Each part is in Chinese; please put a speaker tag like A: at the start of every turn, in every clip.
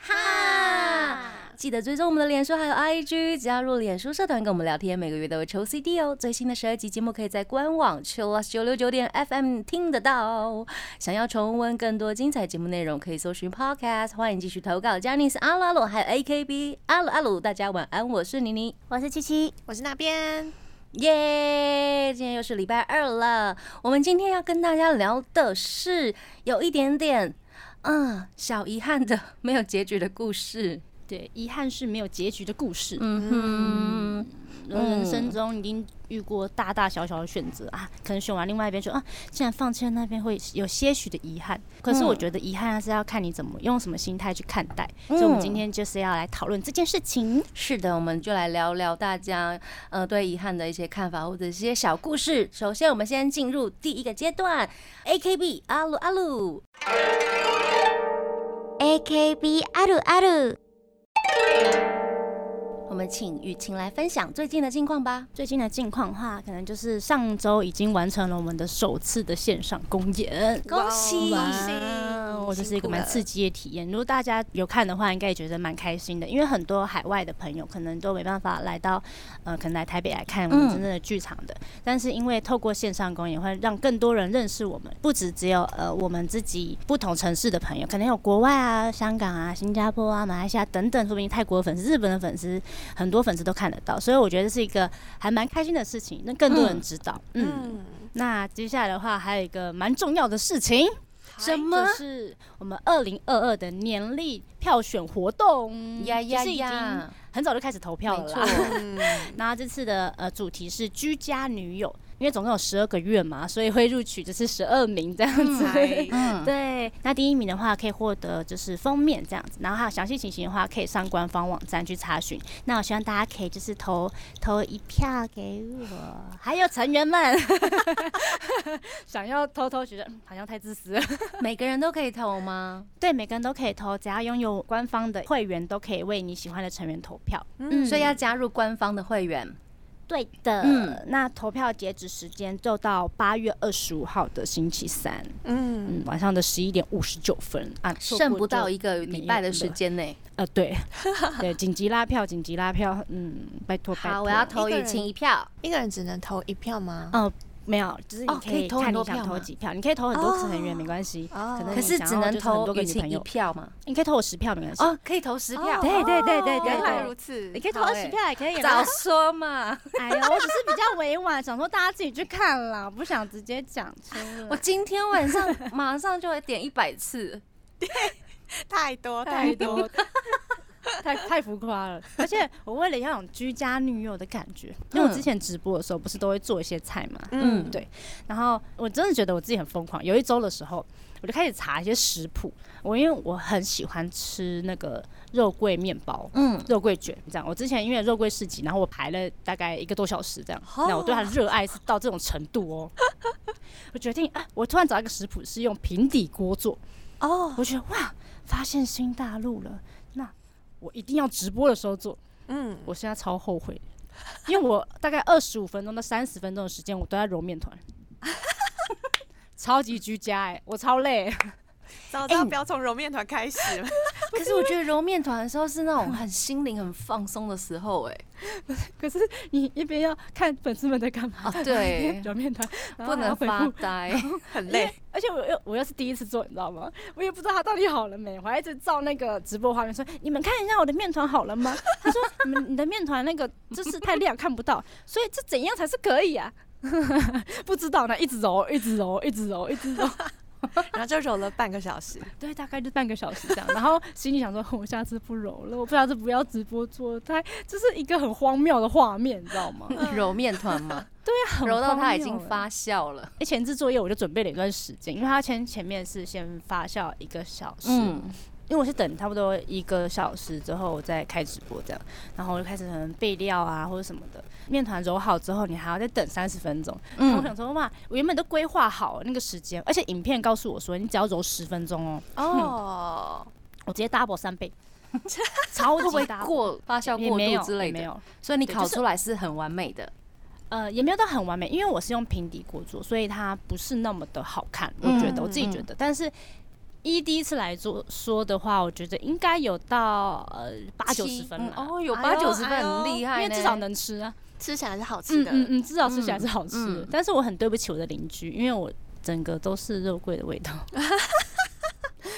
A: 哈。记得追踪我们的脸书还有 IG，加入脸书社团跟我们聊天，每个月都会抽 CD 哦。最新的十二集节目可以在官网 Chillus 九六九点 FM 听得到。想要重温更多精彩节目内容，可以搜寻 Podcast。欢迎继续投稿 j a n i c e 阿鲁阿鲁还有 AKB 阿鲁阿鲁，大家晚安，我是妮妮。
B: 我是七七，
C: 我是那边，
A: 耶今天又是礼拜二了，我们今天要跟大家聊的是有一点点，嗯，小遗憾的没有结局的故事。
B: 对，遗憾是没有结局的故事。
A: 嗯
B: 人生中已经遇过大大小小的选择啊，可能选完另外一边就啊，竟然放弃了那边会有些许的遗憾。可是我觉得遗憾啊是要看你怎么用什么心态去看待。
A: 嗯
B: 所以我们今天就是要来讨论这件事情。
A: 哼，是的，我们就来聊聊大家呃对遗憾的一些看法或者一些小故事。首先，我们先进入第一个阶段，AKB 阿鲁阿鲁。
D: AKB あるある
A: 我们请雨晴来分享最近的近况吧。
B: 最近的近况的话，可能就是上周已经完成了我们的首次的线上公演。
A: 恭喜！
C: 哇哦
B: 嗯，我这是一个蛮刺
C: 激，
B: 激的体验。如果大家有看的话，应该也觉得蛮开心的，因为很多海外的朋友可能都没办法来到，呃，可能来台北来看我们
A: 嗯
B: 真正的剧场的。但是因为透过线上公演，会让更多人认识我们，不只只有呃我们自己不同城市的朋友，可能有国外啊、香港啊、新加坡啊、马来西亚等等，说不定泰国的粉丝、日本的粉丝，很多粉丝都看得到。所以我觉得这是一个还蛮开心的事情，让更多人知道。嗯
C: 嗯，
B: 那接下来的话，还有一个蛮重要的事情。
A: 什么
B: 就是我们二零二二的年历票选活动，
A: 呀呀
B: 就是已经嗯
A: 呀！
B: 很早就开始投票了啦。
C: 嗯
B: 那这次的呃主题是居家女友，因为总共有十二个月嘛，所以会录取就是十二名这样子。
C: 嗨
A: 嗯，
B: 对，那第一名的话可以获得就是封面这样子，然后还有详细情形的话可以上官方网站去查询。那我希望大家可以就是投投一票给我，还有成员们， 想要偷偷觉得嗯好像太自私了。
A: 每个人都可以投吗？
B: 对，每个人都可以投，只要拥有官方的会员，都可以为你喜欢的成员投票。嗯
A: 所以要加入官方的会员。
B: 对的。
A: 嗯
B: 那投票截止时间就到八月二十五号的星期三，
C: 嗯，
B: 嗯，晚上的十一点五十九分啊，错过
A: 剩不
B: 就
A: 到一个礼拜的时间内。
B: 呃，对 对，紧急拉票，紧急拉票，嗯，拜托拜托。
A: 好，我要投雨晴一票。
C: 一个人只能投一票吗？
B: 呃，没有，就是你
A: 哦可以
B: 以
A: 投很
B: 看
A: 多
B: 你
A: 票
B: 想投
A: 吗
B: 几票，你可以投很多
C: 哦
B: 成员没关系，
C: 哦
B: 可
A: 可
B: 能你
A: 是
B: 想
A: 只
B: 要
A: 能
B: 就是很
A: 投
B: 多个
A: 雨
B: 女
A: 晴
B: 朋
A: 一
B: 友，
A: 票吗？
B: 你可以投我十票没关系。
A: 哦，可以投十票。
B: 对对对对对
C: 原来如
B: 对，
C: 此
B: 你，可以投我十票也可以啦。
A: 早说嘛！
B: 欸 哎呀，我只是比较委婉，想说大家自己去看啦，不想直接讲出
A: 我
B: 来。
A: 今天晚上 马上就会点一百次。
C: 太多
B: 太多， 太太浮夸了。而且我为了要有居家女友的感觉，因为我之前直播的时候不是都会做一些菜嘛，
A: 嗯，
B: 对然后我真的觉得我自己很疯狂。有一周的时候，我就开始查一些食谱。我因为我很喜欢吃那个肉桂面包。
A: 嗯，
B: 肉桂卷这样，我之前因为肉桂市集，然后我排了大概一个多小时这样，那我对它的热爱是到这种程度哦。我决定啊，我突然找到一个食谱是用平底锅做，
C: 哦，
B: 我觉得哇，发现新大陆了，那我一定要直播的时候做。
C: 嗯，
B: 我现在超后悔，因为我大概二十五分钟到三十分钟的时间，我都在揉面团。超级居家哎、我超累，
C: 早知道不要从揉面团开始，
A: 可是我觉得揉面团的时候是那种很心灵很放松的时候，哎，
B: 可是你一边要看粉丝们在干嘛，
A: 哦对
B: 揉面团，啊然后
A: 不
B: 还要
A: 能
B: 回
A: 发
B: 复
A: 呆。
C: 很累，
B: 而且我又我又是第一次做，你知道吗？我也不知道它到底好了没，我还一直照那个直播画面说：“你们看一下我的面团好了吗？” 他说：“你们你的面团那个就是太亮看不到，所以这怎样才是可以啊？” 不知道呢，一直揉，一直揉，一直揉，一直揉，
C: 然后就揉了半个小时，
B: 对，大概就半个小时这样。然后心里想说，我下次不揉了，我下次不要直播做，太就是一个很荒谬的画面，你知道吗？
A: 揉面团嘛，
B: 嗯 很
A: 揉到
B: 荒
A: 它已
B: 谬
A: 经
B: 欸
A: 发酵了。
B: 欸前置作业我就准备了一段时间，因为它前前面是先发酵一个小时，
A: 嗯，
B: 因为我是等差不多一个小时之后我再开直播这样，然后我就开始可能备料啊或者什么的。面团揉好之后，你还要再等三十分钟。然后
A: 嗯，
B: 我想说，哇，我原本都规划好那个时间，而且影片告诉我说，你只要揉十分钟哦，
C: 哦，
B: 我直接 double 三倍，超
A: 会不
B: 级
A: 会
B: 大锅
A: 过发酵
B: 也
A: 过
B: 没有
A: 度之类
B: 也没
A: 的？
B: 有，
A: 所以你
B: 对
A: 烤
B: 就是
A: 出来是很完美的。
B: 呃，也没有到很完美，因为我是用平底锅做，所以它不是那么的好看，我觉得
A: 嗯
B: 我自己觉得。但是一第一次来做说的话，我觉得应该有到呃八九十
A: 七
B: 分
A: 嗯
B: 啦，
A: 哦，有
C: 哎
A: 八九
C: 呦
A: 十
C: 哎
A: 分很
C: 呦
A: 厉
B: 因
A: 害呢，
B: 为至少能吃啊。
C: 吃起来是好吃
B: 嗯
C: 的。
B: 嗯嗯，至少吃起来是好吃。
A: 嗯嗯
B: 但是我很对不起我的邻居，因为我整个都是肉桂的味 道。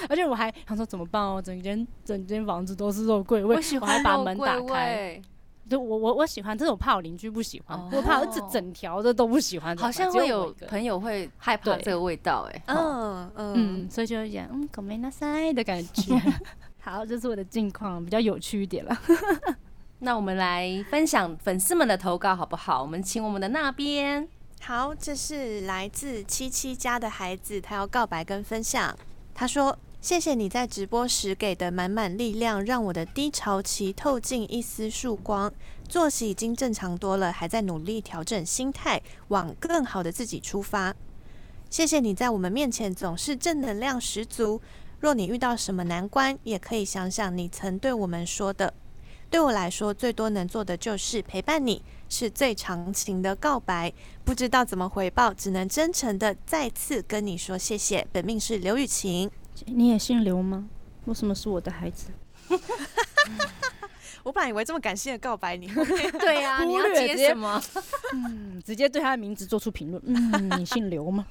B: 而且我还想说怎么办哦，整间整间房子都是肉桂味，
A: 我喜
B: 我还
A: 欢
B: 把
A: 肉
B: 门
A: 桂
B: 打开。
A: 味
B: 对，我我我喜欢，但是我怕我邻居不喜欢，
A: 哦
B: 我怕整整条的都不喜欢。怎
A: 好
B: 么办
A: 像
B: 只
A: 会
B: 有我
A: 有
B: 一个
A: 朋友会害怕
B: 对
A: 这个味道，哎，
C: 嗯嗯
B: 嗯，所以就有点嗯，狗没那塞的感觉。 好，这是我的近况，比较有趣一点了。
A: 那我们来分享粉丝们的投稿好不好？我们请我们的那 边，
C: 好，这是来自七七家的孩子，他要告白跟分享。他说：“谢谢你在直播时给的满满力量，让我的低潮期透进一丝曙光。作息已经正常多了，还在努力调整心态，往更好的自己出发。谢谢你在我们面前总是正能量十足。若你遇到什么难关，也可以想想你曾对我们说的。对我来说，最多能做的就是陪伴你，是最长情的告白。”不知道怎么回报，只能真诚的再次跟你说谢谢。本命是刘雨晴，
B: 你也姓刘吗？为什么是我的孩子？
C: 我本来以为这么感性的告白你会
A: 对呀
B: 忽
A: 你要接
B: 略啊直接
A: 什么？
B: 嗯，直接对他的名字做出评论。嗯，你姓刘吗？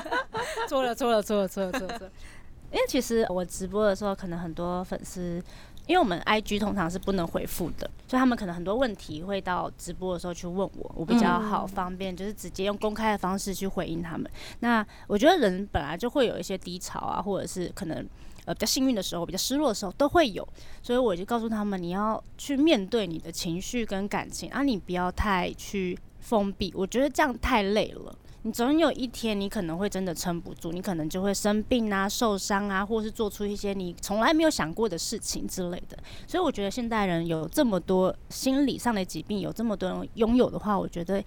B: 错了，错了，错了，错了，错了，错了。 因为其实我直播的时候，可能很多粉丝，因为我们 IG 通常是不能回复的，所以他们可能很多问题会到直播的时候去问我，我比较好方便，就是直接用公开的方式去回应他们。那我觉得人本来就会有一些低潮啊，或者是可能呃比较幸运的时候、比较失落的时候都会有，所以我就告诉他们，你要去面对你的情绪跟感情啊，你不要太去封闭，我觉得这样太累了。你总有一天，你可能会真的撑不住，你可能就会生病啊、受伤啊，或是做出一些你从来没有想过的事情之类的。所以我觉得现代人有这么多心理上的疾病，有这么多人拥有的话，我觉得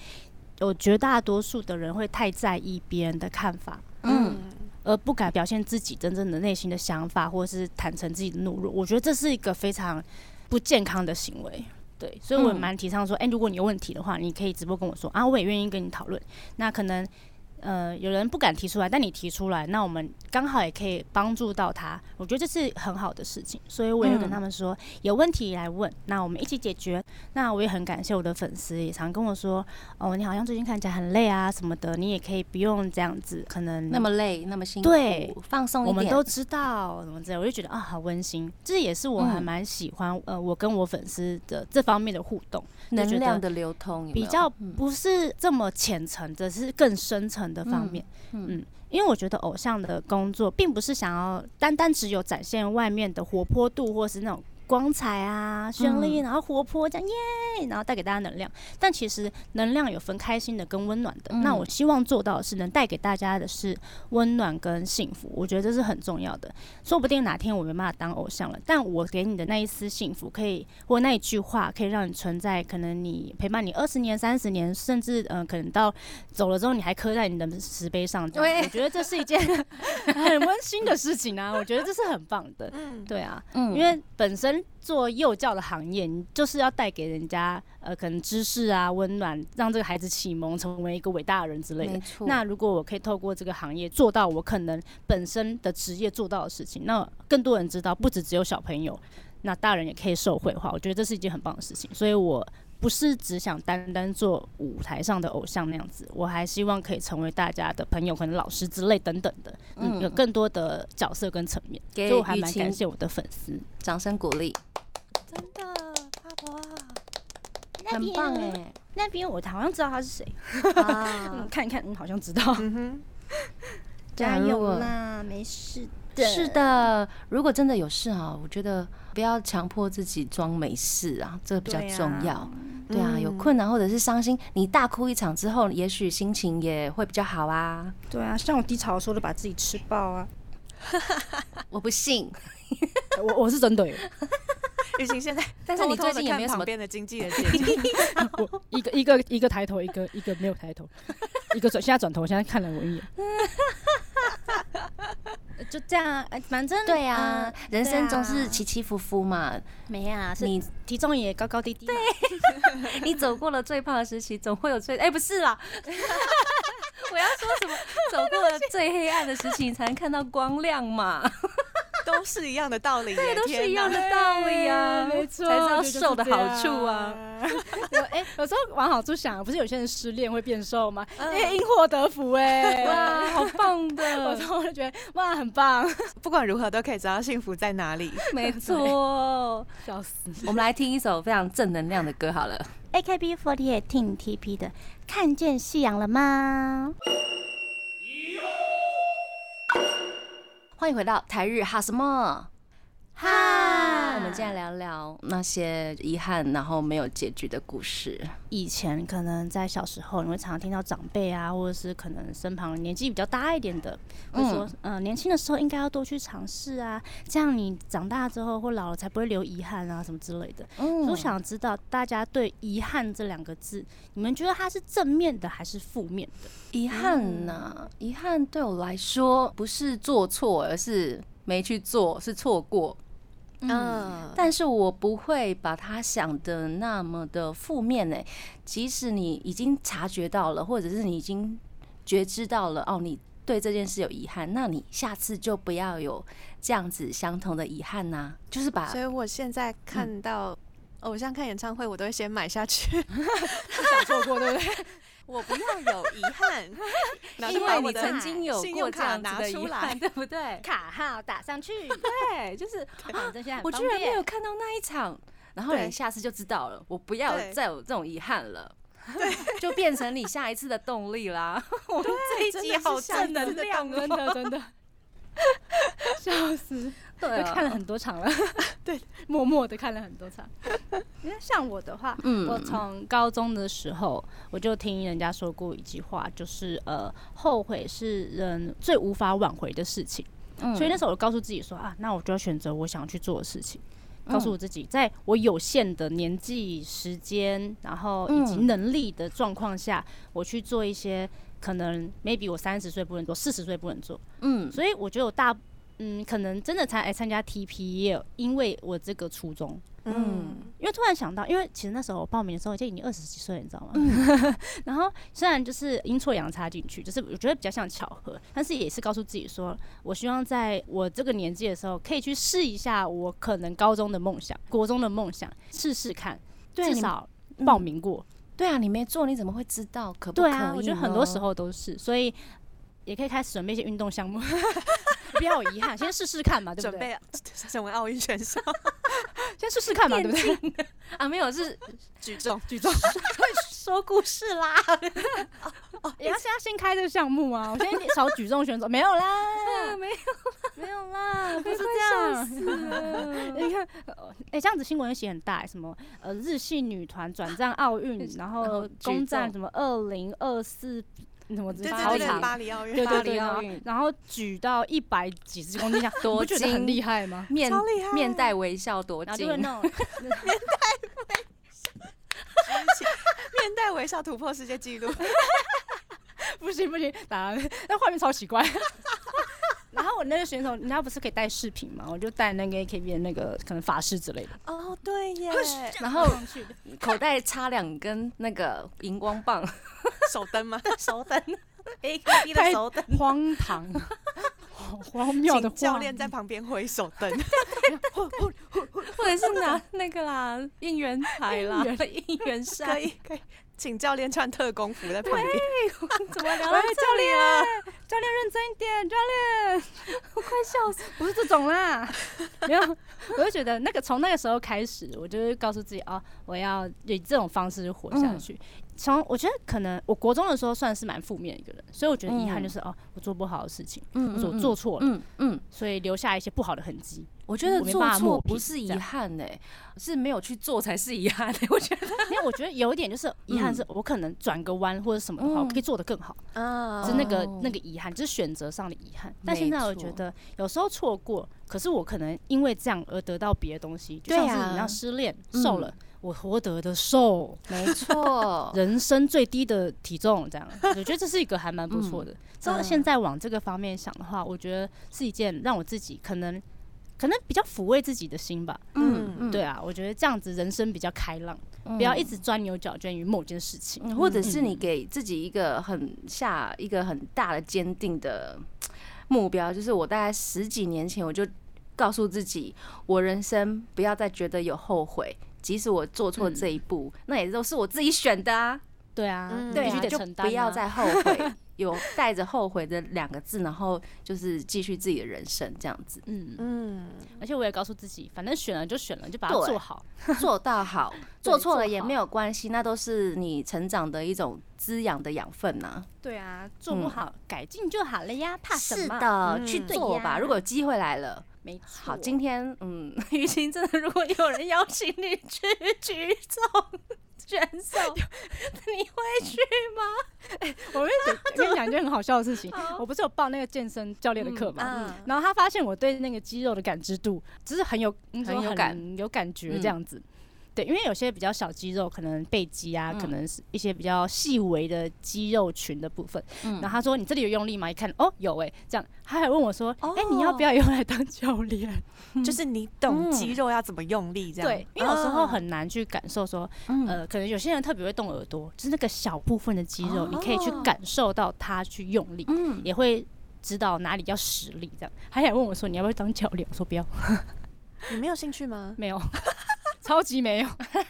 B: 有绝大多数的人会太在意别人的看法，
A: 嗯，
B: 而不敢表现自己真正的内心的想法，或是坦诚自己的懦弱。我觉得这是一个非常不健康的行为。对，所以我也
A: 嗯
B: 蛮提倡说，哎、如果你有问题的话，你可以直播跟我说啊，我也愿意跟你讨论。那可能呃，有人不敢提出来，但你提出来，那我们刚好也可以帮助到他。我觉得这是很好的事情，所以我也
A: 嗯
B: 跟他们说，有问题来问，那我们一起解决。那我也很感谢我的粉丝，也常跟我说，哦，你好像最近看起来很累啊什么的，你也可以不用这样子，可能
A: 嗯那么累，那么辛苦，
B: 对，
A: 放松
B: 我
A: 一
B: 们
A: 点。
B: 都知道什么之类，我就觉得啊，好温馨。这也是我还
A: 嗯
B: 蛮喜欢、呃，我跟我粉丝的这方面的互动，
A: 能
B: 觉得
A: 量的流通有没
B: 比
A: 有
B: 较
A: 嗯
B: 不是这么浅层的，是更深层的方面。
A: 嗯
B: 嗯
A: 嗯
B: 因为我觉得偶像的工作并不是想要单单只有展现外面的活泼度，或是那种。光彩啊，
A: 嗯
B: 绚丽，然后活泼，这样耶，然后带给大家能量。但其实能量有分开心的跟温暖的。那
A: 嗯
B: 我希望做到的是能带给大家的是温暖跟幸福，我觉得这是很重要的。说不定哪天我没办法当偶像了，但我给你的那一丝幸福，可以或那一句话，可以让你存在，可能你陪伴你二十年、三十年，甚至呃，可能到走了之后，你还刻在你的石碑上这
A: 对
B: 样子。我觉得这是一件 很温馨的事情啊，我觉得这是很棒的。
C: 嗯，
B: 对啊，
A: 嗯
B: 因为本身做幼教的行业，你就是要带给人家呃，可能知识啊、温暖，让这个孩子启蒙，成为一个伟大的人之类的
A: 没。错，
B: 那如果我可以透过这个行业做到我可能本身的职业做到的事情，那更多人知道，不只只有小朋友，那大人也可以受惠的话，我觉得这是一件很棒的事情。所以我不是只想单单做舞台上的偶像那样子，我还希望可以成为大家的朋友，可能老师之类等等的，
A: 嗯
B: 嗯，有更多的角色跟层面。所
A: 给
B: 以我还
A: 雨
B: 蛮感
A: 晴
B: 谢我的粉丝，
A: 掌声鼓励，
C: 真的，啊阿伯，
A: 很棒哎，
B: 欸那边我好像知道他是谁，
C: 啊
B: 嗯，， 看一看，嗯，好像知道，
C: 嗯哼，
A: 加油啦！
B: 啦，没事
A: 是的，如果真的有事啊，我觉得不要强迫自己装没事啊，这个比较
B: 对啊
A: 重要。对啊，有
C: 嗯
A: 困难或者是伤心，你大哭一场之后，也许心情也会比较好啊。
B: 对啊，像我低潮的时候都把自己吃爆啊，
A: 我不信，
B: 我我是真的耶，
C: 雨晴现在偷偷地看旁边的经纪人姐姐，
A: 但是你最近也没有什么
C: 变的经纪人姐 姐？
B: 我一个一个一个抬头，一个一个没有抬头，一个转现在转头，现在看了我一眼。就这样啊，哎反正
A: 对啊，人
B: 对
A: 生
B: 啊
A: 总是起起伏伏嘛。
B: 没啊，是
A: 你
B: 体重也高高低低嘛，
A: 你走过了最胖的时期，总会有最……哎，不是啦， 我要说什么？走过了最黑暗的时期，你才能看到光亮嘛。
C: 都是一样的道理耶，对
A: 都是一样
C: 的。
A: 的道理啊，
B: 对没错
A: 才知道瘦的好处 啊。。
B: 有哎、有时候往好处想，不是有些人失恋会变瘦吗？哎、因祸得福哎、
A: 嗯 哇，好棒
B: 我
A: 的，
B: 然后我就觉得哇，很棒，
C: 不管如何都可以知道幸福在哪里。
A: 没错。
B: 笑死！
A: 我们来听一首非常正能量的歌好了。
B: AKB48 Team TP 的《看见夕阳了吗》。
A: 欢迎回到台日哈什么？
B: 哈
A: 我们今天聊聊那些遗憾然后没有结局的故事。
B: 以前可能在小时候，你会常常听到长辈啊，或者是可能身旁年纪比较大一点的，会说，嗯、呃，年轻的时候应该要多去尝试啊，这样你长大之后或老了才不会留遗憾啊，什么之类的。
A: 嗯
B: 我想知道大家对“遗憾”这两个字，你们觉得它是正面的还是负面的？
A: 遗憾呐、遗憾对我来说不是做错，而是没去做，是错过。
C: 嗯，
A: 但是我不会把它想的那么的负面呢、欸即使你已经察觉到了，或者是你已经觉知到了，哦，你对这件事有遗憾，那你下次就不要有这样子相同的遗憾呐、就是把
C: 所以我现在
A: 嗯
C: 看到偶像看演唱会，我都会先买下去。
B: 想错过，对不对？
C: 我不要有遗 憾，然后就
A: 因
C: 把
A: 为
C: 我
A: 你
C: 的
A: 曾经有
C: 信
A: 过
C: 用
A: 这
C: 卡
A: 样子
C: 拿
A: 的
C: 出
A: 遗
C: 来
A: 憾，对不对？
B: 卡号打上去，
A: 对，就是
B: 反正现在很
A: 我
B: 方
A: 居然没
B: 便
A: 有看到那一场，然后你
C: 对
A: 下次就知道了，我不要
C: 对
A: 再有这种遗憾了。 就变成你下一次的动力 啦！我们这一
C: 真
A: 集
C: 的是
A: 好
C: 下一
A: 正能
C: 次的
A: 量
C: 动
A: 哦，
B: 真的 真的，笑死！
A: 对
B: 我
A: 啊
B: 看了很多场了，
C: 对，
B: 默默的看了很 多场。因为像我的话，
A: 嗯
B: 我从高中的时候我就听人家说过一句话，就是呃，后悔是人最无法挽回的事情。
A: 嗯
B: 所以那时候我告诉自己说啊，那我就要选择我想去做的事情。
A: 嗯
B: 告诉我自己，在我有限的年纪、时间，然后以及
A: 嗯
B: 能力的状况下，我去做一些可能 maybe 我三十岁不能做，四十岁不能做，
A: 嗯，
B: 所以我觉得我大嗯，可能真的才来参加 TP，也有因为我这个初衷。
A: 嗯
C: 嗯，
B: 因为突然想到，因为其实那时候我报名的时候就已经二十几岁了，你知道吗？
A: 嗯
B: 然后虽然就是阴错阳差进去，就是我觉得比较像巧合，但是也是告诉自己说，我希望在我这个年纪的时候，可以去试一下我可能高中的梦想、国中的梦想，试试看，
A: 对
B: 至
A: 你
B: 少
A: 嗯
B: 报名过。
A: 对啊，你没做，你怎么会知道可不可
B: 对
A: 以？
B: 啊，我觉得很多时
A: 候，
B: 候都是，所以也可以开始准备一些运动项目， 不要有遗憾，先试试看嘛，对不
C: 准
B: 对？
C: 备 成为奥运选手，
B: 先试试看嘛，对不对？
A: 啊，没有是
C: 举重，
B: 举 重
A: 说故事 啦，
B: 也要先要先开这个项目啊！我先找举重选手，没有啦，
A: 没
B: 没有啦，不是这样。 你看，哎、这样子新闻写很大、什么呃，日系女团转战奥运，然
A: 然后
B: 后
A: 举
B: 攻占
A: 重
B: 什么二零二四什么
C: 对
A: 巴
C: 对
A: 黎
C: 对，巴黎奥运，
B: 对
A: 巴
B: 对
A: 黎
B: 对，然
A: 奥
B: 后
A: 运
B: 然后举到一百几十公斤 下，
A: 多
B: 你不觉得
A: 斤
B: 很厉害 吗？
A: 面
C: 超厉害
A: 面带微笑夺
B: 然后
A: 金
B: 就会，那种
C: 面带微笑突破世界纪录，
B: 不行不行，打那画面超奇怪。 然后我那个选手，人家不是可以带饰品嘛，我就带那个 AKB 的那个可能法式之类的，
C: 哦，对 耶，
A: 然后
B: 上去
A: 口袋插两根那个荧光棒，
C: 手灯吗？ 手灯，AKB 的手灯，
B: 荒唐， 好荒谬的
C: 请
B: 话
C: 教练在旁边挥手灯，
A: 或者是拿那个啦应援牌啦
B: 应、
A: 应援
C: 可
A: 扇。
C: 以可以，请教练穿特工服在旁边，
A: 怎么聊
B: 喂，
A: 到
B: 教
A: 这里啊了？
B: 练，教练认真一点，教练， 我快笑死，不是这种啦， 没有，我就觉得那个从那个时候开始，我就会告诉自己哦，我要以这种方式活下去。
A: 嗯
B: 从我觉得可能我国中的时候算是蛮负面的一个人，所以我觉得遗憾就是、哦，我做不好的事情，
A: 嗯
B: 我做做错了，
A: 嗯嗯，
B: 所以留下一些不好的痕迹。
A: 我觉得
B: 我没
A: 做
B: 办法
A: 错
B: 抹
A: 不
B: 平
A: 是遗
B: 这样
A: 憾呢、是没有去做才是遗憾、欸。我觉得
B: 因为我觉得有一点就是遗憾，是我可能转个弯或者什么的话，
A: 嗯
B: 我可以做得更好。
C: 啊
B: 是那个
A: 哦
B: 那个遗憾，就是选择上的遗憾。但
A: 没
B: 现在我
A: 错
B: 觉得有时候错过，可是我可能因为这样而得到别的东西，就
A: 对
B: 像是
A: 啊
B: 你要失恋
A: 嗯
B: 瘦了，我活得的瘦，，
A: 没错
B: 人生最低的体重这样，我觉得这是一个还蛮不
A: 嗯
B: 错的。之后现在往这个方面想的话，我觉得是一件让我自己可能可能比较抚慰自己的心吧。
A: 嗯嗯，
B: 对啊，我觉得这样子人生比较开朗，
A: 嗯，
B: 不要一直钻牛角尖于某件事情。
A: 嗯，或者是你给自己一个很下一个很大的坚定的嘖目标，就是我大概十几年前我就告诉自己，我人生不要再觉得有后悔，即使我做错这一步，那也都是我自己选的啊，
B: 对啊，
C: 嗯
A: 对
B: 必
A: 啊，
B: 须得
A: 就
B: 承担、
A: 不要再后悔，有带着后悔的两个字，然后就是继续自己的人生这样子，
B: 嗯，
C: 嗯，
B: 而且我也告诉自己，反正选了就选了，就把它
A: 对
B: 做好。
A: 做到 好，
B: 对
A: 做错
B: 做
A: 了也
B: 好
A: 没有关系，那都是你成长的一种滋养的养分呐、
B: 对啊，做不
A: 嗯
B: 好、改进就好了呀，怕什么？
A: 是的，
C: 嗯
A: 去
C: 对
A: 做吧。
B: 呀
A: 如果有机会来了，
B: 没错。
A: 好，今天嗯，雨晴真的，如果有人邀请你去举重选手， 你会去吗？
B: 哎我跟你讲，跟你讲一件很好嗯笑的事情。我不是有报那个健身教练的课嘛，
C: 啊，
B: 然后他发现我对那个肌肉的感知度，就是很有你说
A: 很有感
B: 有感嗯觉这样子。对，因为有些比较小肌肉，可能背肌啊，可
A: 嗯
B: 能是一些比较细微的肌肉群的部分。
A: 嗯
B: 然后他说：“你这里有用力吗？”一看，哦，有哎、这样他还问我说：“哎、
A: 哦
B: 你要不要用来当教练
C: 就是你懂
A: 嗯
C: 肌肉要怎么用力？”这样。
B: 对，因为有时候
C: 啊
B: 很难去感受说，
A: 嗯，
B: 呃，可能有些人特别会动耳朵，就是那个小部分的肌肉，
A: 哦
B: 你可以去感受到它去用力，
A: 嗯，
B: 也会知道哪里要使力这样。他还问我说：“你要不要当教练？”我说：“不要，
C: 你没有兴趣吗？
B: 没有， 超级没有，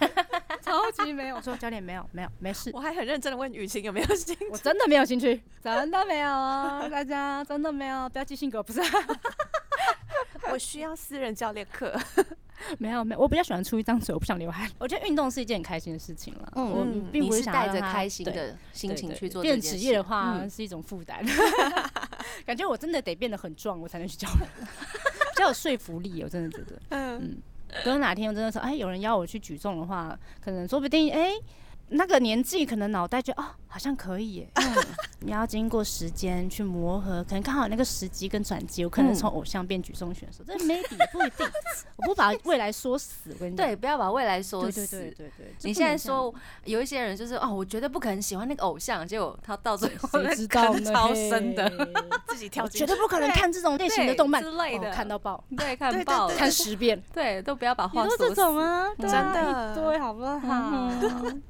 B: 超级没有。”我说：“教练没有，没有，没事，
C: 我还很认真的问雨晴有没有兴趣。
B: 我真的没有兴趣，真的没有哦，大家真的没有，不要寄信给我，不是啊，
C: 我需要私人教练课。
B: 没有没有，我比较喜欢出一张嘴，我不想流汗。我觉得运动是一件很开心的事情了，
A: 嗯
B: 我
C: 嗯
B: 并
A: 你
B: 不
A: 是
B: 想要
A: 带着
B: 让它
A: 开心
B: 对
A: 的心
B: 对
A: 情
B: 对
A: 去做这
B: 变
A: 件
B: 职业的
A: 事
B: 话、
A: 嗯
B: 是一种负担， 感觉我真的得变得很壮，我才能去教人， 比较有说服力。我真的觉得，
C: 嗯，
B: 如果哪天我真的说，哎，有人邀我去举重的话，可能说不定，哎，那个年纪可能脑袋觉得，哦，好像可以耶。你要经过时间去磨合，可能刚好那个时机跟转机，我可能
A: 嗯
B: 从偶像变举重选手，这 maybe 不一定。我不把未来说死，我跟你讲
A: 对，，不要把未来说
B: 对
A: 死。
B: 对对对对，这
A: 你
B: 不
A: 现在
B: 能这样
A: 说有一些人就是哦，我绝对不可能喜欢那个偶像，结果他到最后
B: 谁
A: 那
B: 知道
A: 坑
B: 呢？
A: 超深的，
B: 嘿
C: 自己
B: 我
C: 跳进
B: 绝
C: 去
B: 对。不可能看这种类型的动漫
A: 对之类的
B: 哦看 到爆，
A: 对，
C: 对
A: 看
C: 对
A: 爆了
C: 对，
B: 看十遍。
A: 对，都不要把话说死。
B: 啊，
C: 对啊真的一 堆
B: 好不
A: 好？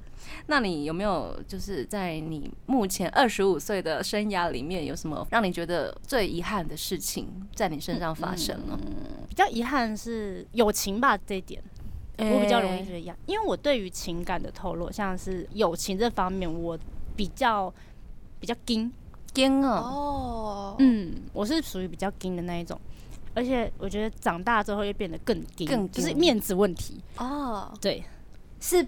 A: 那你有没有就是在你目前二十五岁的生涯里面，有什么让你觉得最遗憾的事情在你身上发生了？
B: 比较遗憾是友情吧这一点，我比较容易觉得遗憾，因为我对于情感的透露，像是友情这方面，我比较比较硬，
A: 惊啊，
C: 哦，
B: 嗯，我是属于比较硬的那一种。而且我觉得长大之后又变得更硬，
A: 更
B: 就是
A: 硬
B: 面子问题。
C: 哦，
B: 对，
A: 是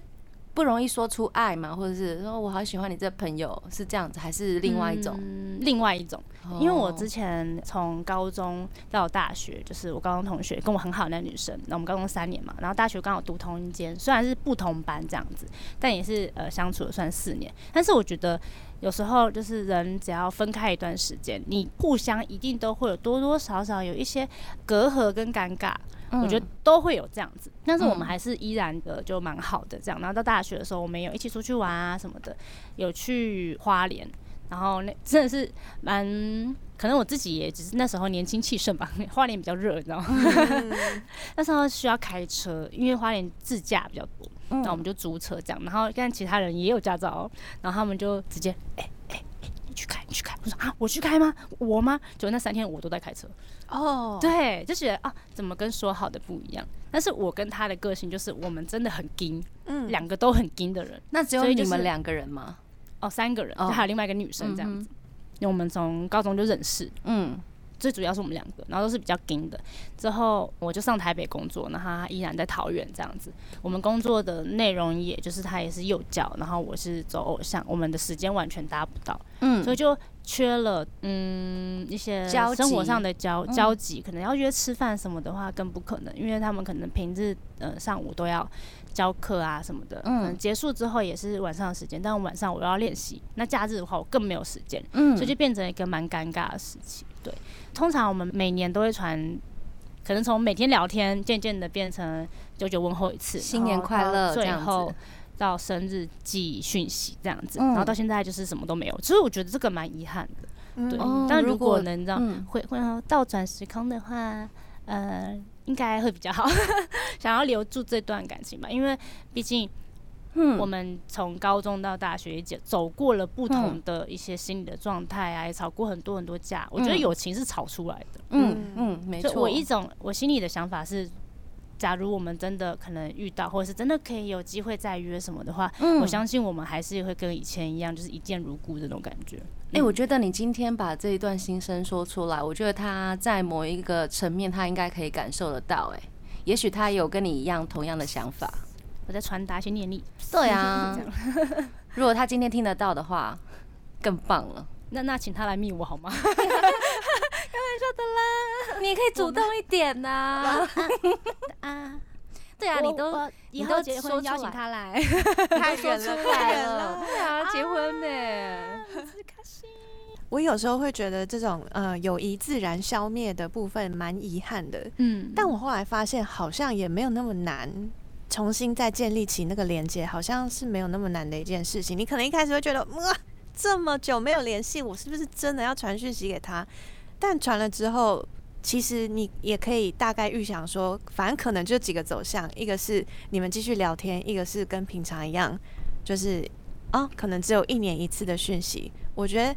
A: 不容易说出爱吗？或者是说我好喜欢你这朋友，是这样子，还是另外一种？哦
B: 嗯，另外一种。因为我之
A: 前
B: 前从高中到大学，就是我高中同学跟我很好的那女生，那我们高中三年嘛，然后大学刚好读同一间，虽然是不同班这样子，但也是呃相处了算四年。但是我觉得有时候就是人只要分开一段时间，你互相一定都会有多多少少有一些隔阂跟尴尬，我觉得都会有这样子。但是我们还是依然的就蛮好的这样。然后到大学的时候，我们有一起出去玩啊什么的，有去花莲。然后那真的是蛮，可能我自己也只是那时候年轻气盛吧，花莲比较热，你知道吗？那时候需要开车，因为花莲自驾比较多，
A: 嗯
B: 那我们就租车这样。然后但其他人也有驾照哦，然后他们就直接，哎哎哎，你去开，你去开。我说啊，我去开吗？我吗？就那三天我都在开车，
C: 哦，
B: 对，就觉得啊，怎么跟说好的不一样？但是我跟他的个性就是我们真的很硬，
C: 嗯
B: 两个都很硬的人，
A: 那只有
B: 所以就
A: 你们
B: 是
A: 两个人吗？
B: 哦，三个人，
A: 哦
B: 就还有另外一个女生这样子。因为我们从高中就认识，
A: 嗯，
B: 最主要是我们两个，然后都是比较硬的。之后我就上台北工作，然后他依然在桃园这样子。我们工作的内容也就是他也是幼教，然后我是走偶像，我们的时间完全搭不到，
A: 嗯
B: 所以就缺了嗯一些
A: 交集
B: 生活上的交
A: 嗯
B: 交集，可能要约吃饭什么的话更不可能，因为他们可能平日呃上午都要教课啊什么的，
A: 嗯
B: 嗯，结束之后也是晚上的时间，但晚上我要练习，那假日的话我更没有时间，
A: 嗯
B: 所以就变成一个蛮尴尬的事情。对，通常我们每年都会传可能从每天聊天，渐渐的变成久久问候一次，
A: 新年
B: 然后
A: 快
B: 到
A: 乐这
B: 最
A: 样
B: 后
A: 子
B: 到生日寄讯息这样子，
A: 嗯
B: 然后到现在就是什么都没有。其实我觉得这个蛮遗憾的，
C: 嗯
B: 对。
A: 哦
B: 但
A: 如
B: 如
A: 果
B: 果能让
A: 嗯，
B: 会会呃倒转时空的话，呃，应该会比较好。 想要留住这段感情吧，因为毕竟
A: 嗯
B: 我们从高中到大学也走走过了不
A: 嗯
B: 同的一些心理的状态啊，也吵过很多很多架。我觉得
A: 嗯
B: 友情是吵出来的。
A: 嗯嗯，没
B: 就
A: 错，
B: 我一种我心里的想法是，假如我们真的可能遇到，或者是真的可以有机会再约什么的话，
A: 嗯
B: 我相信我们还是会跟以前一样，就是一见如故这种感觉。
A: 哎、我觉得你今天把这一段心声说出来，我觉得他在某一个层面，他应该可以感受得到、哎，也许他也有跟你一样同样的想法。
B: 我在传达一些念力。
A: 对 啊，如果他今天听得到的话，更棒了。
B: 那那请他来密我好吗？
A: 你可以主动一点呐、
B: 啊，
A: 对啊，你都
B: 以
A: 你
B: 后
A: 都
B: 结
A: 说
B: 婚
A: 出
B: 邀请
A: 来
B: 他来，
C: 太
A: 说
C: 远
A: 出
C: 了，太
A: 来
C: 远了
A: 了，。啊对啊，结婚呢、
C: 我有时候会觉得这种呃友谊自然消灭的部分蛮遗憾的，
B: 嗯，
C: 但我后来发现好像也没有那么难。重新再建立起那个连接，好像是没有那么难的一件事情。你可能一开始会觉得，哇，这么久没有联系，我是不是真的要传讯息给他？但传了之后，其实你也可以大概预想说，反正可能就几个走向，一个是你们继续聊天，一个是跟平常一样，就是啊，可能只有一年一次的讯息。我觉得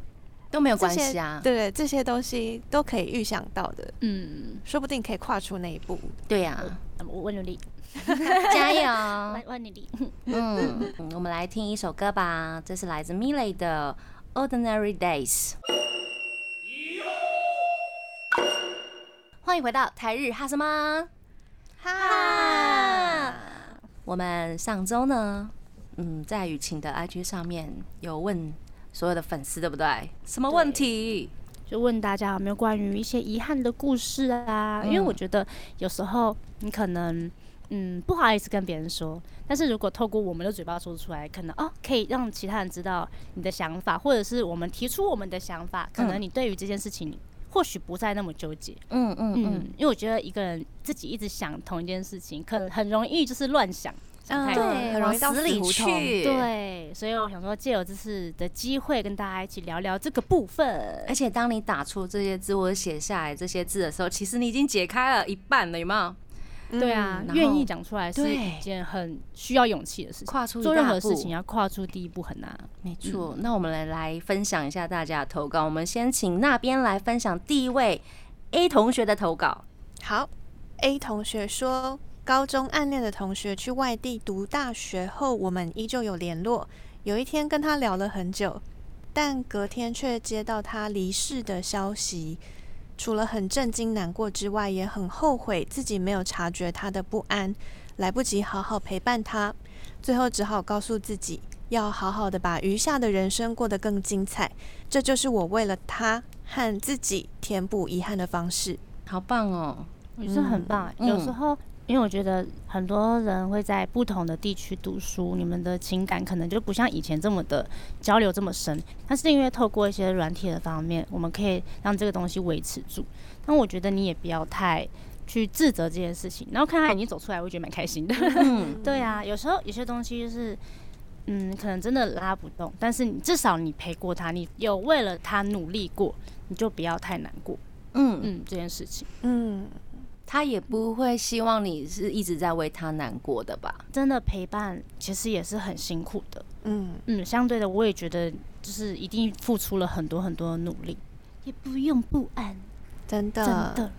A: 都没有
C: 这
A: 关
C: 些
A: 系啊。
C: 对对，这些东西都可以预想到的，
B: 嗯，
C: 说不定可以跨出那一步。
A: 对啊呀、
B: 那么嗯我我努力，
A: 加 油
B: 我！我努力。
A: 嗯，嗯我们来听一首歌吧，这是来自 Miley 的《Ordinary Days》。欢迎回到台日哈什么？
C: 哈，
A: 我们上周呢，嗯，在雨晴的 IG 上面有问所有的粉丝，对不对？什么问题？
B: 就问大家有没有关于一些遗憾的故事啊？因为
A: 嗯
B: 我觉得有时候你可能嗯不好意思跟别人说，但是如果透过我们的嘴巴说出来，可能哦可以让其他人知道你的想法，或者是我们提出我们的想法，可能
A: 嗯
B: 你对于这件事情你或许不再那么纠结。
A: 嗯嗯
B: 嗯，嗯
A: 嗯，
B: 因为我觉得一个人自己一直想同一件事情，可能很容易就是乱想，想太多。
C: 嗯
A: 对，往
C: 很容易到
A: 死里
C: 死胡同
A: 去。，
B: 对，所以我想说，借由这次的机会，跟大家一起聊聊这个部分。
A: 而且当你打出这些字或者写下来这些字的时候，其实你已经解开了一半了，有没有？
B: 对啊
A: 嗯，然
B: 愿
A: 后
B: 意讲出来是
A: 对
B: 一件很需要勇气的事情。
A: 跨出一
B: 做任
A: 大
B: 何事
A: 步
B: 情要跨出第一步很难。
A: 没错，啊嗯那我们来来分享一下大家的投稿。我们先请那边来分享第一位 A 同学的投稿。
C: 好，A 同学说，高中暗恋的同学去外地读大学后，我们依旧有联络。有一天跟他聊了很久，但隔天却接到他离世的消息。除了很震惊、难过之外，也很后悔自己没有察觉他的不安，来不及好好陪伴他。最后只好告诉自己，要好好的把余下的人生过得更精彩。这就是我为了他和自己填补遗憾的方式。
A: 好棒哦！
B: 也是很棒欸、
A: 嗯
B: 有时候，因为我觉得很多人会在不同的地区读书，你们的情感可能就不像以前这么的交流这么深。但是因为透过一些软体的方面，我们可以让这个东西维持住。但我觉得你也不要太去自责这件事情。然后看他已经走出来，我觉得蛮开心的。
A: 嗯，
B: 对啊，有时候有些东西就是，嗯，可能真的拉不动，但是你至少你陪过他，你有为了他努力过，你就不要太难过。
A: 嗯，
B: 嗯，这件事情
C: 嗯，
A: 他也不会希望你是一直在为他难过的吧？
B: 真的陪伴其实也是很辛苦的。
C: 嗯，
B: 嗯，相对的，我也觉得就是一定付出了很多很多的努力，也不用不安，
C: 真的，
B: 真的。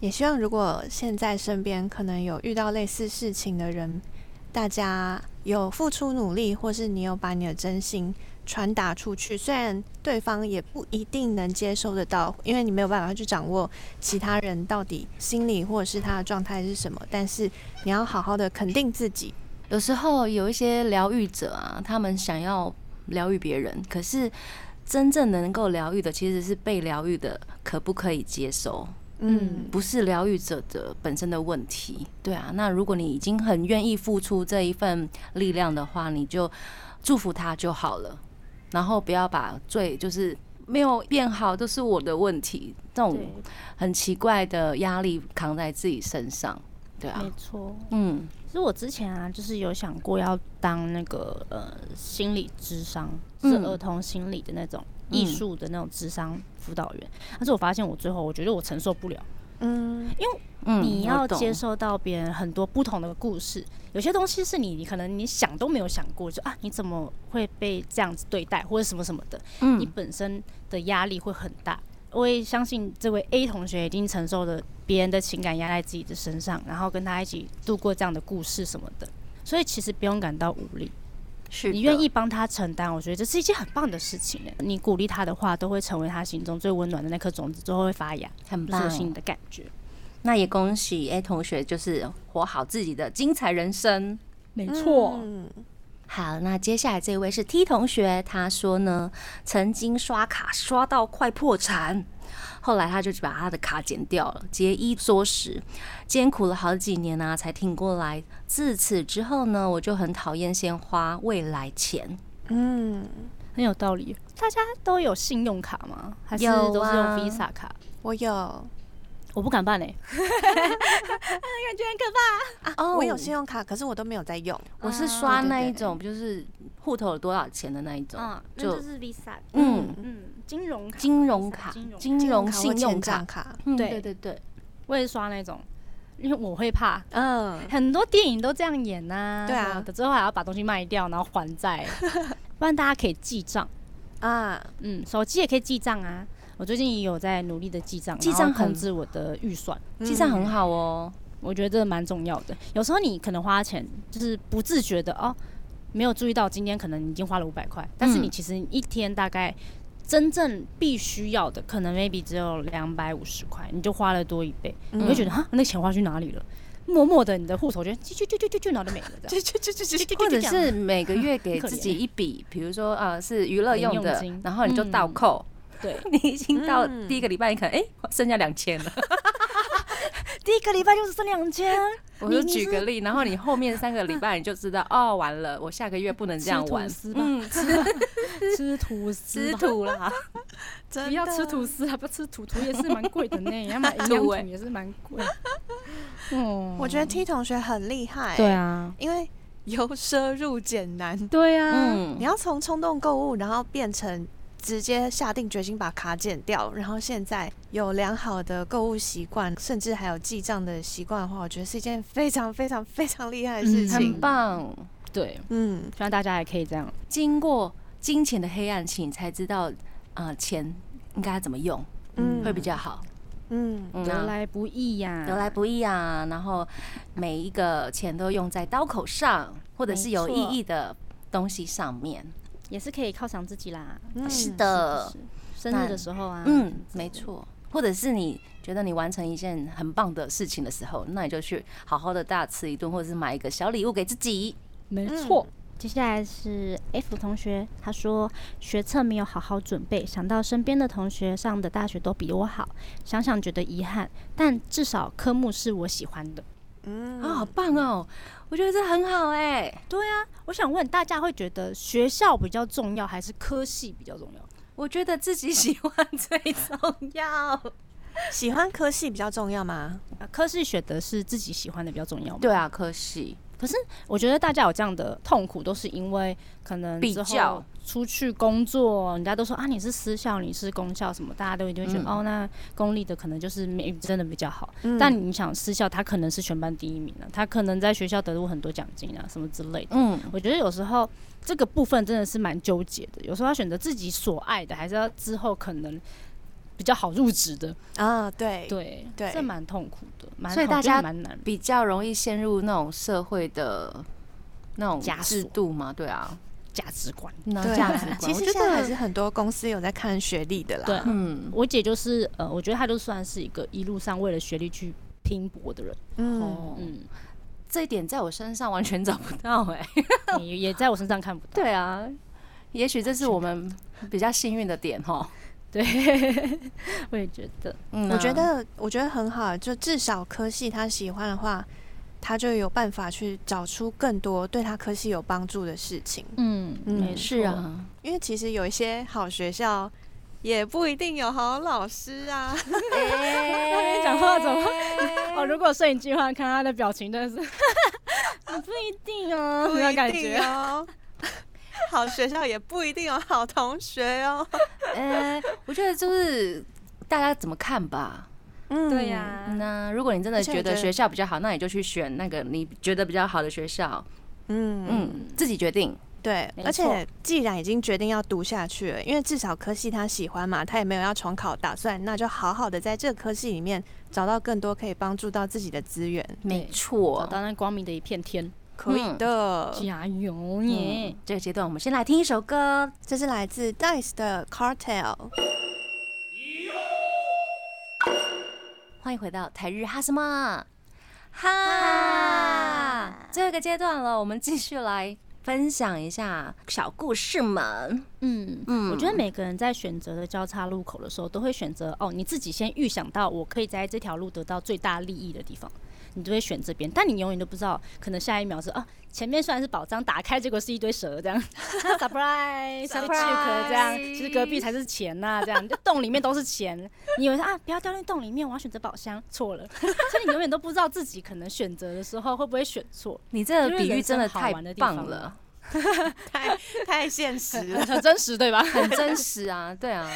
C: 也希望如果现在身边可能有遇到类似事情的人，大家有付出努力，或是你有把你的真心传达出去，虽然对方也不一定能接收得到，因为你没有办法去掌握其他人到底心理或者是他的状态是什么，但是你要好好的肯定自己，
A: 有时候有一些疗愈者啊，他们想要疗愈别人，可是真正能够疗愈的其实是被疗愈的可不可以接受，
C: 嗯
A: 不是疗愈者的本身的问题。对啊，那如果你已经很愿意付出这一份力量的话，你就祝福他就好了，然后不要把最就是没有变好，都是我的问题。这种
B: 对，
A: 很奇怪的压力扛在自己身上，对啊
B: 没，错。
A: 嗯，
B: 其实我之前啊，就是有想过要当那个呃心理智商，
A: 嗯
B: 是儿童心理的那种艺
A: 嗯
B: 术的那种智商辅导员。但是我发现我最后我觉得我承受不了，
C: 嗯，
A: 嗯
B: 你要
A: 我懂
B: 接受到别人很多不同的故事，有些东西是你你可能你想都没有想过，就啊你怎么会被这样子对待或者什么什么的，你
A: 嗯
B: 本身的压力会很大。我也相信这位 A 同学已经承受了别人的情感压在自己的身上，然后跟他一起度过这样的故事什么的，所以其实不用感到无力。
A: 是
B: 你
A: 的
B: 愿意帮他承担，我觉得这是一件很棒的事情耶。欸你鼓励他的话，都会成为他心中最温暖的那颗种子，最后会发芽，
A: 很
B: 这
A: 棒
B: 是，新的感觉。
A: 那也恭喜 A 同学，就是活好自己的精彩人生。
B: 没
C: 嗯
A: 好，那接下来这位是 T 同学，他说呢，曾经刷卡刷到快破产，后来他就把他的卡剪掉了，节衣缩食，艰苦了好几年啊，才挺过来。自此之后呢，我就很讨厌先花未来钱，
C: 嗯，
B: 很有道理。大家都有信用卡吗？还是
A: 有
B: 都是用
A: 啊
B: Visa 卡？
C: 我有
B: 我不敢办哎、
C: 啊，
A: 哦
C: 我有啊信用卡，可是我都没有在用。
A: 我是刷那一种，就是户头有多少钱的那一种，
B: 那
A: 就
B: 嗯就是 Visa，
A: 嗯，
B: 嗯，金融卡，
A: 金融卡
B: 金融、卡
A: 金融信用卡
C: 卡或欠账，卡，
A: 嗯
B: 对
A: 对对对，
B: 我也刷那种，因为我会怕，
C: 嗯，
B: 很多电影都这样演呐、
C: 对啊
B: 什么的之后还要把东西卖掉，然后还债， 不然大家可以记账，
C: 啊，
B: 嗯，手机也可以记账啊。我最近也有在努力的记账，嗯
A: 记账
B: 然后控
A: 很
B: 制我的预算，
A: 记账很
C: 好，
A: 好哦，
B: 我觉得这蛮重要的。有时候你可能花钱就是不自觉的哦，没有注意到今天可能已经花了五百块，但是
A: 嗯
B: 你其实一天大概真正必须要的，可能 maybe 只有两百五十块，你就花了多一倍，
C: 嗯
B: 你会觉得哈，那钱花去哪里了？默默的，你的户头就啾啾啾啾啾啾，然后就没了，这样。
C: 去去去去去去，
A: 或者
B: 这
A: 是每个月给
B: 很可
A: 自己
B: 怜
A: 一笔，比如说呃是娱乐
B: 零
A: 用
B: 用
A: 的
B: 金，
A: 然后你就倒
B: 嗯
A: 扣，
B: 对，
A: 你已经到
C: 嗯
A: 第一个礼拜，你可能哎、剩下两千了。
B: 第一个礼拜就是这两千，
A: 我就
B: 你
A: 举
B: 是
A: 个例，然后你后面三个礼拜你就知道哦，完了，我下个月不能这样玩，
B: 吃吐司啊吧
A: 嗯，吃
B: 吃吐司
A: 吃
B: 吧，
A: 土啦，
C: 真
B: 不要吃
C: 的
B: 吐司啊，不要吃土，土也是 蛮贵的呢，要买营养
A: 土
B: 土
A: 欸
B: 也是蛮贵。嗯，
C: 我觉得 T 同学很厉害、
B: 对，啊，
C: 因为由奢入俭难，
B: 对啊，
A: 嗯
C: 你，要从冲动购物，然后变成直接下定决心把卡剪掉，然后现在有良好的购物习惯，甚至还有记账的习惯的话，我觉得是一件非常非常非常厉害的事
B: 嗯
C: 情
A: 很。棒。
B: 对，
C: 嗯，
B: 希望大家也可以这样。
A: 经过金钱的黑暗期，你才知道啊、呃钱应该怎么用
C: 嗯
A: 会比较好。
C: 嗯，
A: 嗯
B: 得
A: 啊
B: 来不易呀、
A: 得来不易啊，然后每一个钱都用在刀口上，或者是有
B: 没
A: 意
B: 错
A: 义的东西上面。
B: 也是可以犒赏自己啦。
C: 嗯
A: 是
B: 呃
A: 的，
B: 生日的时候啊，
A: 嗯，没错。或者是你觉得你完成一件很棒的事情的时候，那你就去好好的大吃一顿，或者是买一个小礼物给自己。
B: 没
C: 错。
B: 接下来是 F 同学，他说学测没有好好准备，想到身边的同学上的大学都比我好，想想觉得遗憾，但至少科目是我喜欢的。
C: 嗯
A: 啊，好棒哦！我觉得这很好哎、
B: 对啊，我想问大家会觉得学校比较重要，还是科系比较重要？
A: 我觉得自己喜欢最重要。
C: 喜欢科系比较重要吗？
B: 呃科系选的是自己喜欢的比较重要吗？
A: 对，啊，可惜
B: 我觉得大家有这样的痛苦，都是因为可能
A: 比
B: 之后
A: 较
B: 出去工作，人家都说啊你是私校，你是公校什么，大家都一定会觉得、
A: 嗯
B: 哦，那公立的可能就是没真的比较好。
C: 嗯
B: 但你想私校，他可能是全班第一名啊，他可能在学校得过很多奖金啊什么之类的。
A: 嗯，
B: 我觉得有时候这个部分真的是蛮纠结的，有时候要选择自己所爱的，还是要之后可能比较好入职的。
C: 啊，对，
B: 对，
C: 对
B: 这蛮痛苦的，蛮
A: 所以
B: 痛
A: 大
B: 真的
A: 家
B: 蛮难。
A: 比较容易陷入那种社会的那种
B: 枷锁
A: 制度嘛，对啊，
B: 价值观。
A: 那
C: 对
A: 价值观，
C: 其
A: 我
C: 实
A: 觉
C: 现在还是
A: 得，
C: 很多公司有在看学历的啦。
B: 对
A: 嗯，
B: 我姐就是呃，我觉得她就算是一个一路上为了学历去拼搏的人，
C: 嗯，
A: 哦，
B: 嗯，
A: 这一点在我身上完全找不到哎、
B: 嗯也也在我身上看不到。
A: 对啊，也许这是我们比较幸运的点哈。
B: 对， 我也觉得，
A: 嗯啊
C: 我觉得我觉得很好，就至少科系他喜欢的话，他就有办法去找出更多对他科系有帮助的事情。
B: 嗯，
C: 嗯
B: 没
A: 是
B: 错，
A: 啊，
C: 因为其实有一些好学校也不一定有好老师 啊。
A: 哎
B: 讲话怎么？哦，如果摄影计划看他的表情，真的是 不一定 哦，
C: 不
B: 那种感
C: 一定
B: 觉。
C: 哦。 好学校也不一定有好同学哦。
A: 哎，我觉得就是大家怎么看吧。
C: 嗯
B: 对呀、
A: 那如果你真的
C: 而且我
A: 觉得
C: 觉得
A: 学校比较好，那你就去选那个你觉得比较好的学校，
C: 嗯嗯，
A: 嗯，自己决定。
C: 对。
B: 没
C: 而
B: 错
C: 且既然已经决定要读下去了，因为至少科系他喜欢嘛，他也没有要重考打算，那就好好的在这个科系里面找到更多可以帮助到自己的资源，
A: 没
B: 找
A: 错，
B: 到那光明的一片天，
C: 可以的。
B: 加油耶！
A: 嗯这个阶段我们先来听一首歌，
C: 这是来自 Dice 的 Cartel。
A: 欢迎回到台日哈什么哈。这个阶段了，我们继续来分享一下小故事们。
B: 嗯
A: 嗯
B: 嗯，我觉得每个人在选择的交叉路口的时候，都会选择哦，你自己先预想到我可以在这条路得到最大利益的地方，你就会选这边。但你永远都不知道，可能下一秒是啊，前面虽然是宝藏，打开结果是一堆蛇这样 ，surprise
A: Surprise
B: 这样，其实隔壁才是钱呐、这样，就洞里面都是钱。你以为啊，不要掉进洞里面，我要选择宝箱，错了。 所以你永远都不知道自己可能选择的时候会不会选错，
A: 你这个
B: 就是
A: 比喻
B: 人
A: 真
B: 生
A: 的
B: 好
A: 太
B: 玩的地
A: 棒
B: 方
A: 了，
C: 太 太现实了，
B: 很真实对吧？
A: 很真实啊，对啊，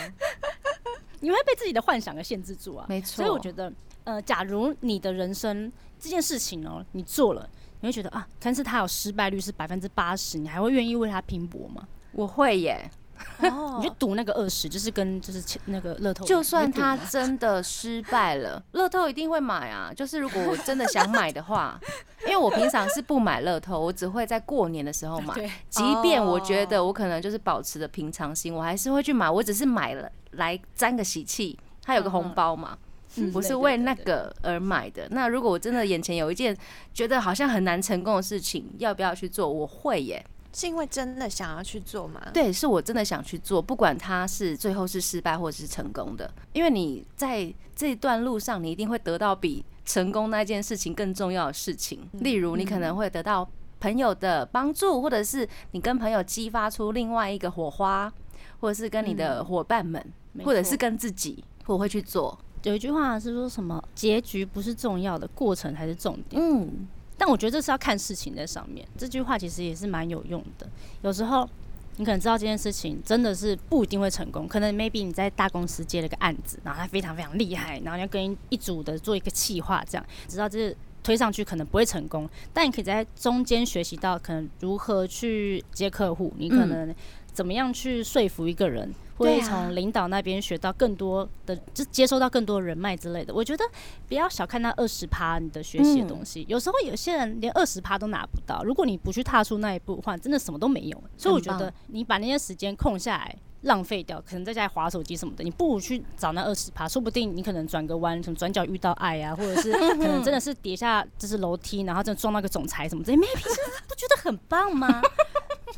B: 你会被自己的幻想给限制住啊。
A: 没错。
B: 所以我觉得，呃，假如你的人生这件事情哦，你做了，你会觉得啊，但是它有失败率是百分之八十，你还会愿意为它拼搏吗？
A: 我会耶，
C: 哦
B: 你就赌那个二十，就是跟就是钱那个乐透一样，
A: 就算他
B: 你会赌吗
A: 真的失败了，乐透一定会买啊。就是如果我真的想买的话，因为我平常是不买乐透，我只会在过年的时候买。
B: 对，
A: 即便我觉得我可能就是保持着平常心，我还是会去买。我只是买了来沾个喜气，它有个红包嘛，
B: 嗯
A: 我是为那，个而买的。那如果我真的眼前有一件觉得好像很难成功的事情，要不要去做？我会耶。
C: 是因为真的想要去做吗？
A: 对，是我真的想去做，不管它是最后是失败或者是成功的，因为你在这段路上，你一定会得到比成功那件事情更重要的事情，
B: 嗯
A: 例如你可能会得到朋友的帮助，或者是你跟朋友激发出另外一个火花，或者是跟你的伙伴们，
B: 嗯没
A: 或者
B: 错
A: 是跟自己，我会去做。
B: 有一句话是说什么结局不是重要的，过程才是重点。
A: 嗯，
B: 但我觉得这是要看事情在上面。这句话其实也是蛮有用的。有时候你可能知道这件事情真的是不一定会成功，可能 maybe 你在大公司接了个案子，然后他非常非常厉害，然后要跟一组的做一个企划，这样知道这推上去可能不会成功，但你可以在中间学习到可能如何去接客户，你可能怎么样去说服一个人。
A: 嗯
B: 或
A: 对啊
B: 者从领导那边学到更多的，就接收到更多人脉之类的。我觉得不要小看那二十趴你的学习的东西，有时候有些人连二十趴都拿不到。如果你不去踏出那一步的话，真的什么都没有。所以我觉
A: 很
B: 得你把那些时间空下来。浪费掉，可能在家里划手机什么的，你不如去找那二十趴，说不定你可能转个弯，什么转角遇到爱啊，或者是可能真的是跌下就是楼梯，然后真的撞到个总裁什么之类，maybe 这不觉得很棒 吗？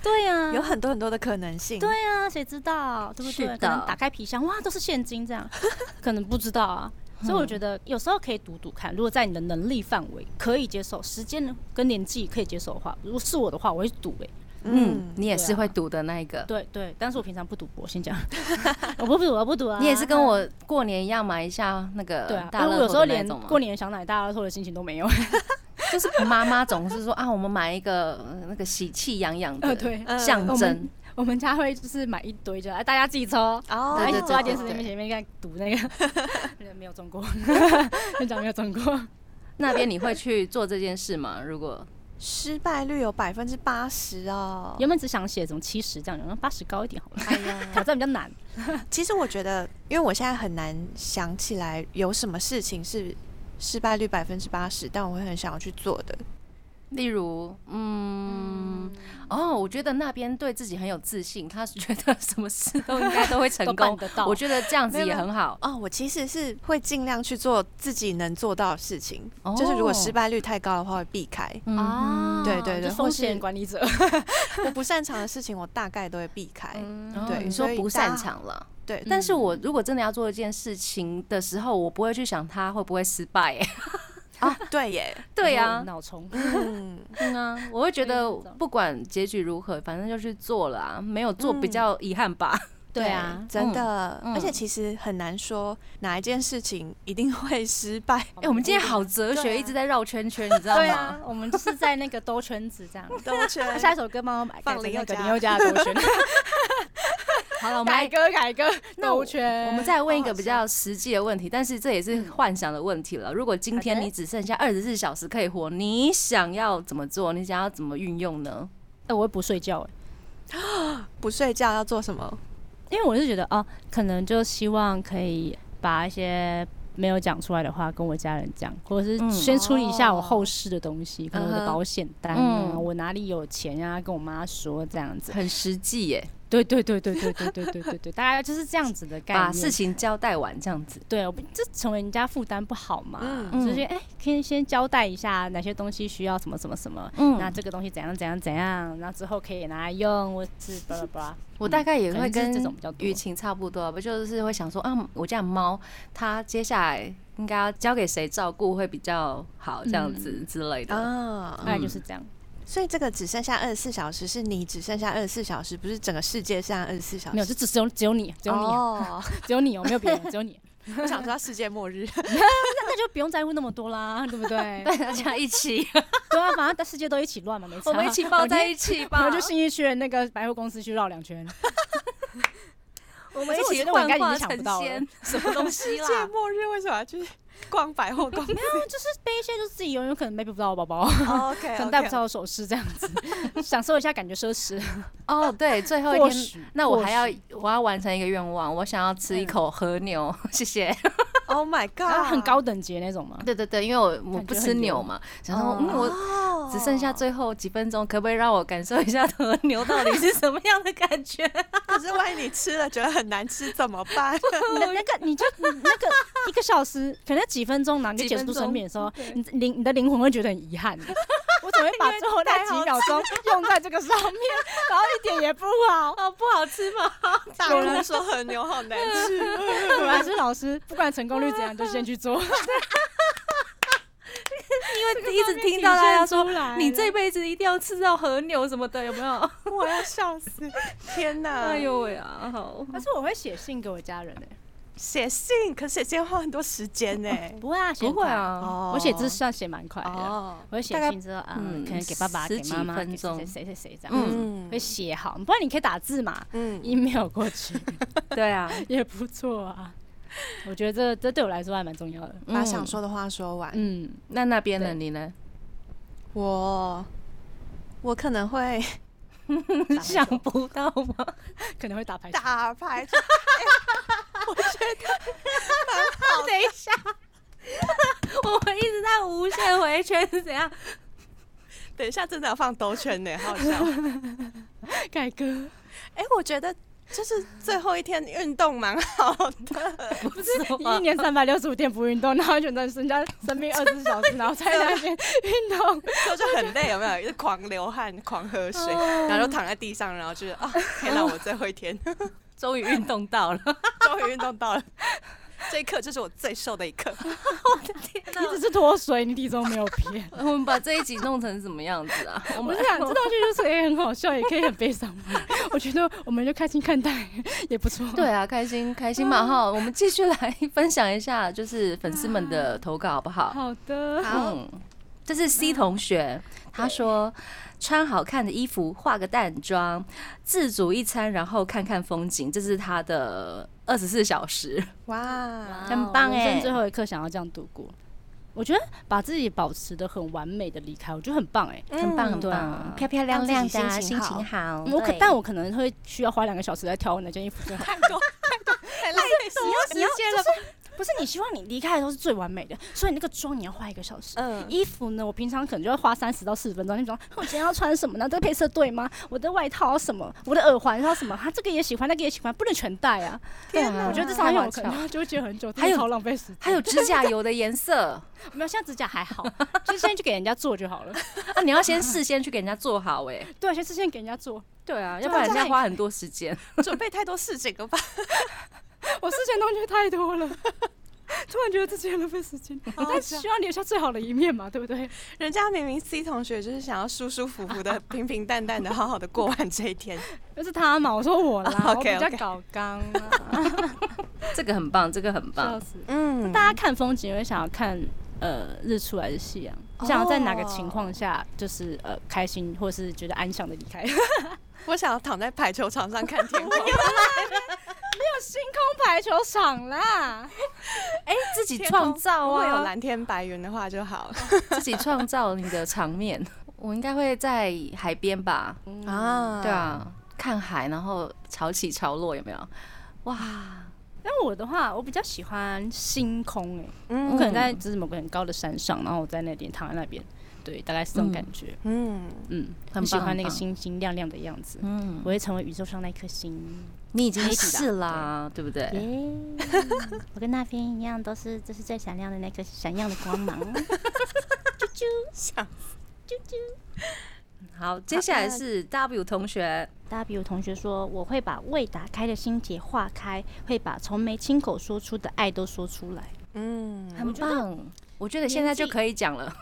B: 对啊，
C: 有很多很多的可能性。
B: 对啊，谁知道对不
A: 是
B: 对？
A: 的
B: 可能打开皮箱，哇，都是现金这样， 可能不知道啊。
A: 嗯
B: 所以我觉得有时候可以赌赌看，如果在你的能力范围可以接受，时间跟年纪可以接受的话，如果是我的话，我会赌哎、
A: 嗯，你也
B: 对
A: 是
B: 啊
A: 会赌的那一个。
B: 对对，但是我平常不赌博，先讲， 我不赌，我不赌啊。
A: 你也是跟我过年一样买一下那个
B: 对啊，
A: 大
B: 因为我
A: 乐
B: 有时
A: 透
B: 候
A: 的那
B: 连
A: 种吗？
B: 过年想奶大乐透的心情 都没有。
A: 就是妈妈总是说啊，我们买一个呃那个喜气洋洋的
B: 呃，对，
C: 嗯
A: 象
B: 我
A: 征
B: 们。我们家会就是买一堆，就哎大家自己抽，
C: 哦，
B: 然后
A: 对
B: 一
A: 对
B: 直坐在
A: 对
B: 电视
A: 对
B: 前面看赌那个， 没有中 过，先讲没有中过。
A: 那边你会去做这件事吗？如果
C: 失败率有百分之八十哦。哎
B: 原本只想写什么七十这样，然后八十高一点好了，挑战比较难。
C: 其实我觉得，因为我现在很难想起来有什么事情是失败率百分之八十，但我会很想要去做的。
A: 例如，嗯，哦，我觉得那边对自己很有自信，他觉得什么事都应该都会 成
B: 都
A: 功
B: 办得到
A: 我觉得这样子
C: 没有
A: 也
C: 没有
A: 很好。
C: 哦，我其实是会尽量去做自己能做到的事情，
A: 哦
C: 就是如果失败率太高的话会避开。
A: 嗯
B: 啊
C: 对对
B: 就
C: 对或
B: 风
C: 是
B: 险管理者，
C: 我不擅长的事情，我大概都会避开。
A: 哦
C: 对
A: 你说
C: 所以
A: 不
C: 大
A: 擅
C: 家嗯
A: 长了。
C: 对，
A: 但是我如果真的要做一件事情的时候，我不会去想他会不会失败、 欸
C: 啊，对耶，
A: 对啊呀、
C: 哦
B: 脑虫。
C: 嗯，
A: 嗯啊，我会觉
B: 所以
A: 得
B: 我不知道
C: 嗯
A: 不管结局如何，反正就去做了啊，没有做比较遗憾吧。
B: 对啊，
C: 真的，
A: 嗯嗯
C: 而且其实很难说哪一件事情一定会失败。
A: 哎、我们今天好哲
B: 对
A: 学，
B: 啊
A: 一直在绕圈圈，你知道
B: 对啊
A: 吗？，
B: 我们就是在那个兜圈子这样。
C: 兜圈
B: 那下一首歌帮我买
C: 放
B: 改成
C: 林宥
B: 那个
C: 嘉
B: 林宥嘉的兜圈，
A: 好了，我们
B: 改
A: 来，
B: 歌改歌
A: 那我
B: 兜圈。
A: 我们再问一个比较实际的问题，但是这也是幻想的问题了。如果今天
B: 好的
A: 你只剩下二十四小时可以活，你想要怎么做？你想要怎么运用呢？
B: 哎，我会不睡觉哎。
C: 不睡觉要做什么？
B: 因为我是觉得哦，可能就希望可以把一些没有讲出来的话跟我家人讲，或者
A: 嗯
B: 是先处理一下我后事的东西，可能
A: 嗯
B: 我
A: 哼
B: 的保险单啊，
A: 嗯
B: 我哪里有钱啊，跟我妈说这样子。
A: 很实际耶，
B: 对对对对对对对对对对，大概就是这样子的概念。
A: 把事情交代完这样子。
B: 对，我不这成为人家负担不好嘛，
C: 嗯
B: 就是哎，可以先交代一下哪些东西需要什么什么什么。
A: 嗯
B: 那这个东西怎样怎样怎样，然后之后可以拿来用，或是巴拉巴拉。
A: 我大概也
B: 可
A: 会
B: 能就是
A: 跟
B: 这种比较多
A: 雨晴差不多，啊不就是会想说，啊，我家的猫它接下来应该要交给谁照顾会比较好，这样子之类的。
C: 啊，
B: 大概就是这样。
C: 所以这个只剩下二十四小时，是你只剩下二十四小时，不是整个世界剩下二十四小时。
B: 没有，就只只有只有你，只有你，啊
C: 哦，
B: 只有你哦，没有别人，只有你，
C: 我想说世界末日。
B: 那就不用在乎那么多啦，对不对？
A: 大家一起，哦
B: 对啊，反正大世界都一起乱嘛，没 差。
A: 我们一起抱在一起
B: 我今天，
A: 吧。
B: 我就信义区的那个百货公司去绕两圈。
A: 我
B: 们
A: 们
B: 一
A: 一
B: 起
A: 起
B: 幻
A: 幻
B: 化
A: 化
B: 成
A: 成
B: 仙
A: 仙，什么东西
C: 世界
A: 啦？
C: 末日为什么要去逛百货公司
B: 就是背一些就是自己永远可能 maybe 不到的包包，
C: ？OK，
B: 可能戴不到的首饰这样子， 享受一下感觉奢侈。
A: 哦，对，最后一
B: 或
A: 天，
B: 许
A: 那我还要
B: 或许
A: 我要完成一个愿望，我想要吃一口和牛， 谢谢。
C: ，Oh my
B: 啊
C: God，
B: 很高等级的那种嘛。
A: 对对对，因为我我
B: 感
A: 不
B: 觉
A: 吃
B: 很
A: 牛
B: 油
A: 嘛，想说，嗯，我
C: 哦
A: 只剩下最后几分钟，可不可以让我感受一下 和牛到底是什么样的感觉？
C: 可是万一你吃了觉得很难吃怎么办？
B: 那那个你就你那个一个小时，可能几分钟，然后你就
A: 几
B: 结
A: 分
B: 束
A: 钟
B: 生命的时候，你灵你的灵魂会觉得很遗憾。我怎么会把最后那几秒钟用在这个上面，然后一点也不好。
A: 哦，不好吃吗？
C: 大人说和牛好难吃，
B: 果然是老师，不管成功率怎样，就先去 做。
A: 因为一直听到大家说
B: 体现出来了
A: 你这辈子一定要吃到和牛什么的，有没有？
C: 我要笑死！天哪，
A: 哎呦喂啊，好，
B: 但是我会写信给我家人欸诶、
C: 写信，可写信要花很多时间呢。
B: 不会啊，写
A: 不会
B: 很快，
A: 啊，
C: 哦
B: 我写字算写蛮快的。
C: 哦，
B: 我会写
A: 大概
B: 信之后啊，
A: 嗯
B: 可能给爸爸、
A: 十
B: 给妈
A: 几
B: 妈、
A: 分
B: 给谁
A: 钟
B: 谁谁谁谁这样，
C: 嗯
B: 会写好。不然你可以打字嘛
C: 嗯，
B: ，email 过去
A: 对啊，
B: 也不错啊。我觉得这这对我来说还蛮重 要的。
C: 把想说的话说完。
B: 嗯，
A: 那那边呢？
B: 对
A: 你呢？
C: 我我可能会
A: 想不到吗？
B: 可能会打排球。
C: 打排球，
A: 等一下， 我们一直在无限回圈是怎样？
C: 等一下真的要放兜圈呢，好笑。
B: 改歌
C: 哎，我觉得就是最后一天运动蛮好的，
A: 不是
B: 你一年三百六十五天不运动，然后就能人家生病二十四小时， 然后在那边运 动，
C: 就就很累，有没有？就是狂流汗、狂喝水，然后就躺在地上，然后就是啊，天哪，我最后一天
A: 终于运动到了，
C: 终于运动到了，这一刻就是我最瘦的一刻。
B: 你只是脱水，你体重没有变。
A: 我们把这一集弄成什么样子啊？我
B: 我
A: 们
B: 是 想，这东西就是哎也很好笑，也可以很悲伤 嘛。我觉得我们就开心看待也不错。
A: 对，啊，开心开心嘛哈！我们继续来分享一下，就是粉丝们的投稿好不啊好？
B: 好的，
C: 好
A: 嗯，这是 C 同学，他说穿好看的衣服，化个淡妆，自主一餐，然后看看风景，这是他的二十四小时。
C: 哇，
A: 很棒
B: 人生
A: 欸
B: 最后一刻想要这样度过，我觉得把自己保持的很完美的离开，我觉得很棒哎、
A: 很
C: 嗯
A: 棒，很
B: 对
A: 棒
B: 啊，
A: 漂漂亮亮的嗯啊，
C: 让自己
A: 心
C: 心情好
A: 情好。嗯
B: 我可
A: 对，
B: 但我可能会需要花两个小时来挑我哪件衣 服最好。
C: 太多太多，
B: 你要就是不是你希望你离开的时候是最完美的，所以那个妆你要花一个小时。
C: 嗯，
B: 衣服呢，我平常可能就要花三十到四十分钟。你说 我今天要穿什么呢？这个配色对吗？我的外套要什么？我的耳环要什么？他这个也喜欢，那个也喜欢，不能全戴啊！
A: 对啊，
B: 我觉得
A: 太
B: 这上面
A: 好
B: 我可
A: 笑
B: 能要纠结很久，真
A: 还有
B: 的超浪费时间。
A: 还有指甲油的颜色
B: 没有？现在指甲还好， 就现在就给人家做就 好了。
A: 啊，你要先事先去给人家做好哎、
B: 对，啊先事先给人家做，
A: 对啊，要不然人家花很多时间。
C: 准备太多事情了吧？
B: 我事前东西太多了。
E: 突然觉得自己很浪费时间，
C: 好
E: 但是希望留下最好的一面嘛，对不对？
C: 人家明明 C 同学就是想要舒舒服服的、平平淡淡的、好好的过完这一天，
E: 那是他嘛，我说 我啦，我比
C: OK，OK
E: 较搞刚啊，
A: 这个很棒，这个很
E: 笑
A: 棒。
E: 死。
C: 嗯，
B: 大家看风景会想要看呃日出还是夕阳？想要在哪个情况
A: 哦
B: 下就是呃开心或是觉得安详的离开？
C: 我想要躺在排球场上看天空，
E: 星空排球场啦，
A: 哎，自己
C: 天
A: 创
C: 空
A: 造
C: 如果有
A: 啊，
C: 蓝天白云的话就好
A: 自己创造你的场面。我应该会在海边吧？
C: 啊
A: 对，啊，看海，然后潮起潮落，有没有？哇，
B: 但我的话，我比较喜欢星空哎、
C: 嗯
B: 我可能在就是某个很高的山上，然后我在那边躺在那边，对，大概是这种感觉。
C: 嗯，
B: 嗯，
A: 很
B: 喜
A: 棒
B: 欢
A: 很
B: 那个
A: 棒
B: 星星亮亮的样子。
A: 嗯，
B: 我会成为宇宙上那颗星，
A: 你已经
B: 黑底的
A: 是啦，嗯对不
B: 耶、
A: 对？
B: 我跟那边一样，都是这是最闪亮的那颗闪亮的光芒。
C: 想
A: 好，接下来是 W 同学，
B: 大 W 同学说：“我会把未打开的心结化开，会把从没亲口说出的爱都说出来。
C: 嗯，
A: 很棒。我觉得现在就可以讲了，”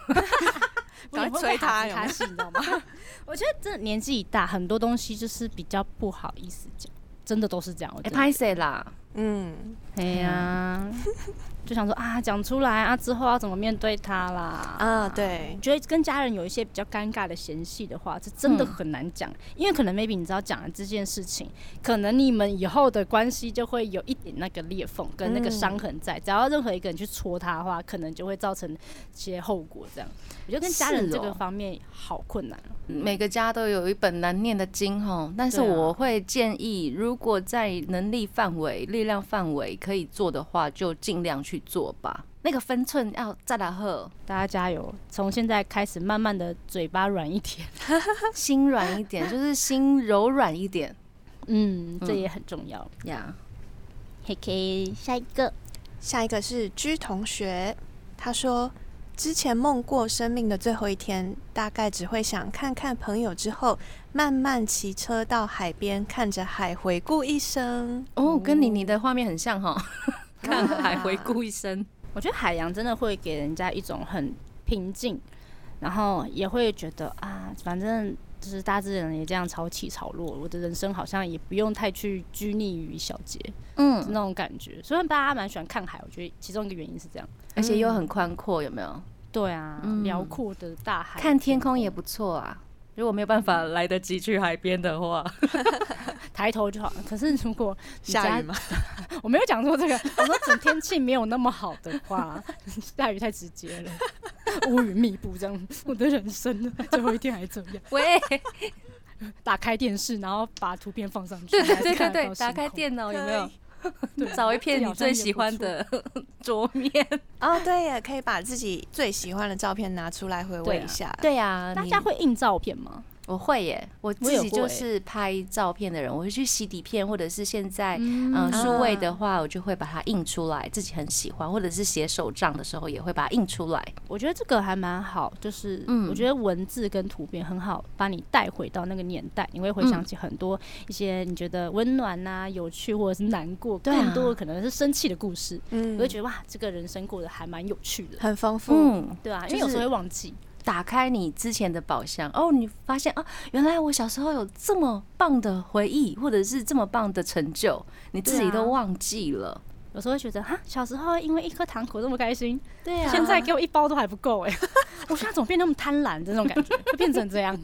C: 赶快催他有没有
B: 他戏，你知道吗？ 我觉得这年纪一大，很多东西就是比较不好意思讲，真的都是这样。我
A: 哎，
B: 觉得
A: 拍谁啦？
C: 嗯，
B: 哎呀，就想说啊，讲出来啊，之后要怎么面对他啦？
C: 啊，对
B: 你，觉得跟家人有一些比较尴尬的嫌隙的话，这真的很难讲，因为可能 maybe 你知道讲了这件事情，可能你们以后的关系就会有一点那个裂缝跟那个伤痕在，只要任何一个人去戳它的话，可能就会造成一些后果。这样，我觉得跟家人
A: 是哦
B: 这个方面好困难哦。
A: 每个家都有一本难念的经吼，但是
B: 对啊
A: 我会建议，如果在能力范围、力量范围可以做的话，就尽量去做吧。那个分寸要再来喝，
B: 大家加油，从现在开始慢慢的嘴巴软一点，
A: 心软一 点，就是心柔软一点
B: 嗯，这也很重要。
A: 呀。
B: 嘿嘿，下一个，
C: 下一个是 G 同学，他说之前梦过生命的最后一天，大概只会想看看朋友之后，慢慢骑车到海边，看着海回顾一生。
A: 哦，跟妮妮的画面很像 哈，看海回顾一生。
B: 我觉得海洋真的会给人家一种很平静，然后也会觉得啊，反正就是大自然也这样潮起潮落，我的人生好像也不用太去拘泥于小节、
A: 嗯，
B: 那种感觉。虽然大家蛮喜欢看海，我觉得其中一个原因是这样。
A: 而且又很宽阔，有没有？
B: 对啊，
A: 嗯
B: 辽阔的大海，
A: 看天空也不错啊。如果没有办法来得及去海边的话，
B: 抬头就好。可是如果你家
C: 下雨吗？
B: 我没有讲错这 个，我说整天气没有那么好的话， 下雨太直接 了，乌云密布这样，我的人生最后一天还这样。
A: 喂，
B: 打开电视，然后把图片放上去。
A: 对对
B: 还是
A: 对对
B: 看得到
A: 对，打
B: 星
A: 开
B: 空
A: 电脑有没有？
B: 对
A: 找一片你最喜欢的桌面。
C: 哦，对耶，可以把自己最喜欢的照片拿出来回味一下。
A: 对啊呀
B: 大家会印照片吗？
A: 我会耶，我
B: 我
A: 自
B: 有
A: 己
B: 过
A: 就
B: 耶
A: 是拍照片的人，我会去洗底片，或者是现在
B: 嗯
A: 嗯数位的
C: 啊
A: 话，我就会把它印出来，自己很喜欢，或者是写手账的时候也会把它印出来。
B: 我觉得这个还蛮好，就是
A: 嗯
B: 我觉得文字跟图片很好，把你带回到那个年代，你会回想起很多一些你觉得温暖呐、有趣或者是难过，
A: 对啊
B: 更多的可能是生气的故事，
C: 嗯
B: 我会觉得哇，这个人生过得还蛮有趣的。
C: 很丰富。
A: 嗯，
B: 对啊，因
A: 就
B: 为有时候
A: 是
B: 会忘记，
A: 打开你之前的宝箱哦，你发现啊，原来我小时候有这么棒的回忆，或者是这么棒的成就，你自
B: 对
A: 己
B: 啊
A: 都忘记了。
B: 有时候会觉得哈，小时候因为一颗糖果这么开心，
A: 对啊
B: 现在给我一包都还不够 哎、我现在怎么变那么贪婪的那种感 觉，会变成这样。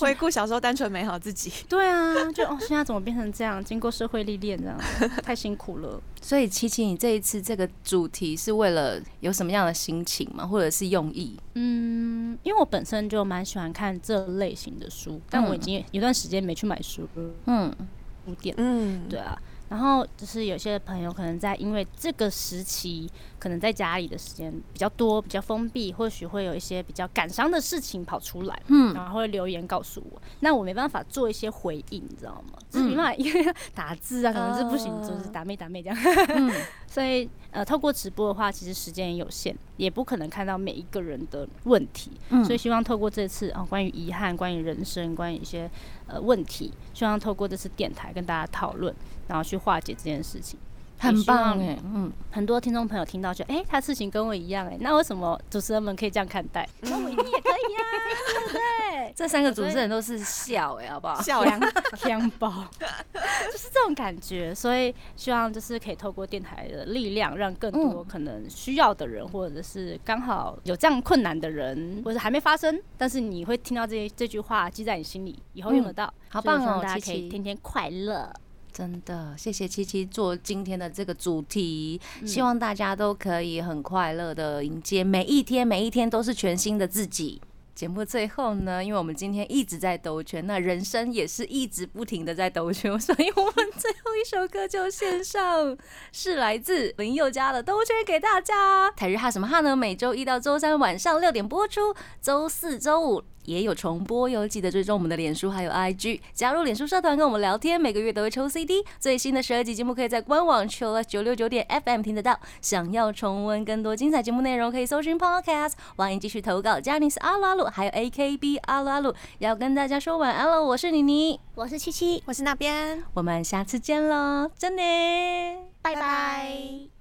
C: 回顾小时候单纯美好自己。
B: 对啊，就哦，现在怎么变成这样？经过社会历练，这样太辛苦了。
A: 所以琪琪，你这一次这个主题是为了有什么样的心情吗？或者是用意？
B: 嗯，因为我本身就蛮喜欢看这类型的书，但我已经有段时间没去买书
A: 嗯，
B: 书店。
C: 嗯，
B: 对啊，然后就是有些朋友可能在因为这个时期，可能在家里的时间比较多，比较封闭，或许会有一些比较感伤的事情跑出来。
A: 嗯
B: 然后会留言告诉我，那我没办法做一些回应，你知道吗？ 就是
A: 嗯
B: 没办法，因为打字啊，可能是不行，就是打妹打妹这样。
A: 哦嗯
B: 所以呃，透过直播的话，其实时间也有限，也不可能看到每一个人的问题，
A: 嗯
B: 所以希望透过这次啊、关于遗憾、关于人生、关于一些呃问题，希望透过这次电台跟大家讨论，然后去化解这件事情。
A: 很棒
B: 也希望
A: 哎，嗯，
B: 很多听众朋友听到就，哎、他事情跟我一样、哎， 那为什么主持人们可以这样看待？ 那我一定也可以啊，对不对？
A: 这三个主持人都是笑哎，好不好？
C: 笑
E: 两两包，
B: 就是这种感觉，所以希望就是可以透过电台的力量，让更多可能需要的人，或者是刚好有这样困难的人，或者还没发生，但是你会听到这这句话，记在你心里，以后用得到。
A: 好
B: 所以
A: 棒
B: 希望
A: 哦
B: 大
A: 七
B: 家可
A: 七
B: 以天天快乐。
A: 真的，谢谢七七做今天的这个主题，希望大家都可以很快乐的迎接每一天，每一天都是全新的自己。节目最后呢，因为我们今天一直在兜圈，那人生也是一直不停的在兜圈，所以我们最后一首歌就献上，是来自林宥嘉的《兜圈》给大家。台日哈什么哈呢？每周一到周三晚上六点播出，周四周五也有重播哟，记得追踪我们的脸书还有 IG，加入脸书社团跟我们聊天，每个月都会抽 CD。最新的十二集节目可以在官网 c h i l l 九六九点 FM 听得到。想要重温更多精彩节目内容，可以搜寻 Podcast。欢迎继续投稿 j a n i c e 阿鲁阿鲁，还有 AKB 阿鲁阿鲁。要跟大家说晚安喽，我是妮妮，
B: 我是七七，
C: 我是那边，
A: 我们下次见喽，真的。
C: 拜拜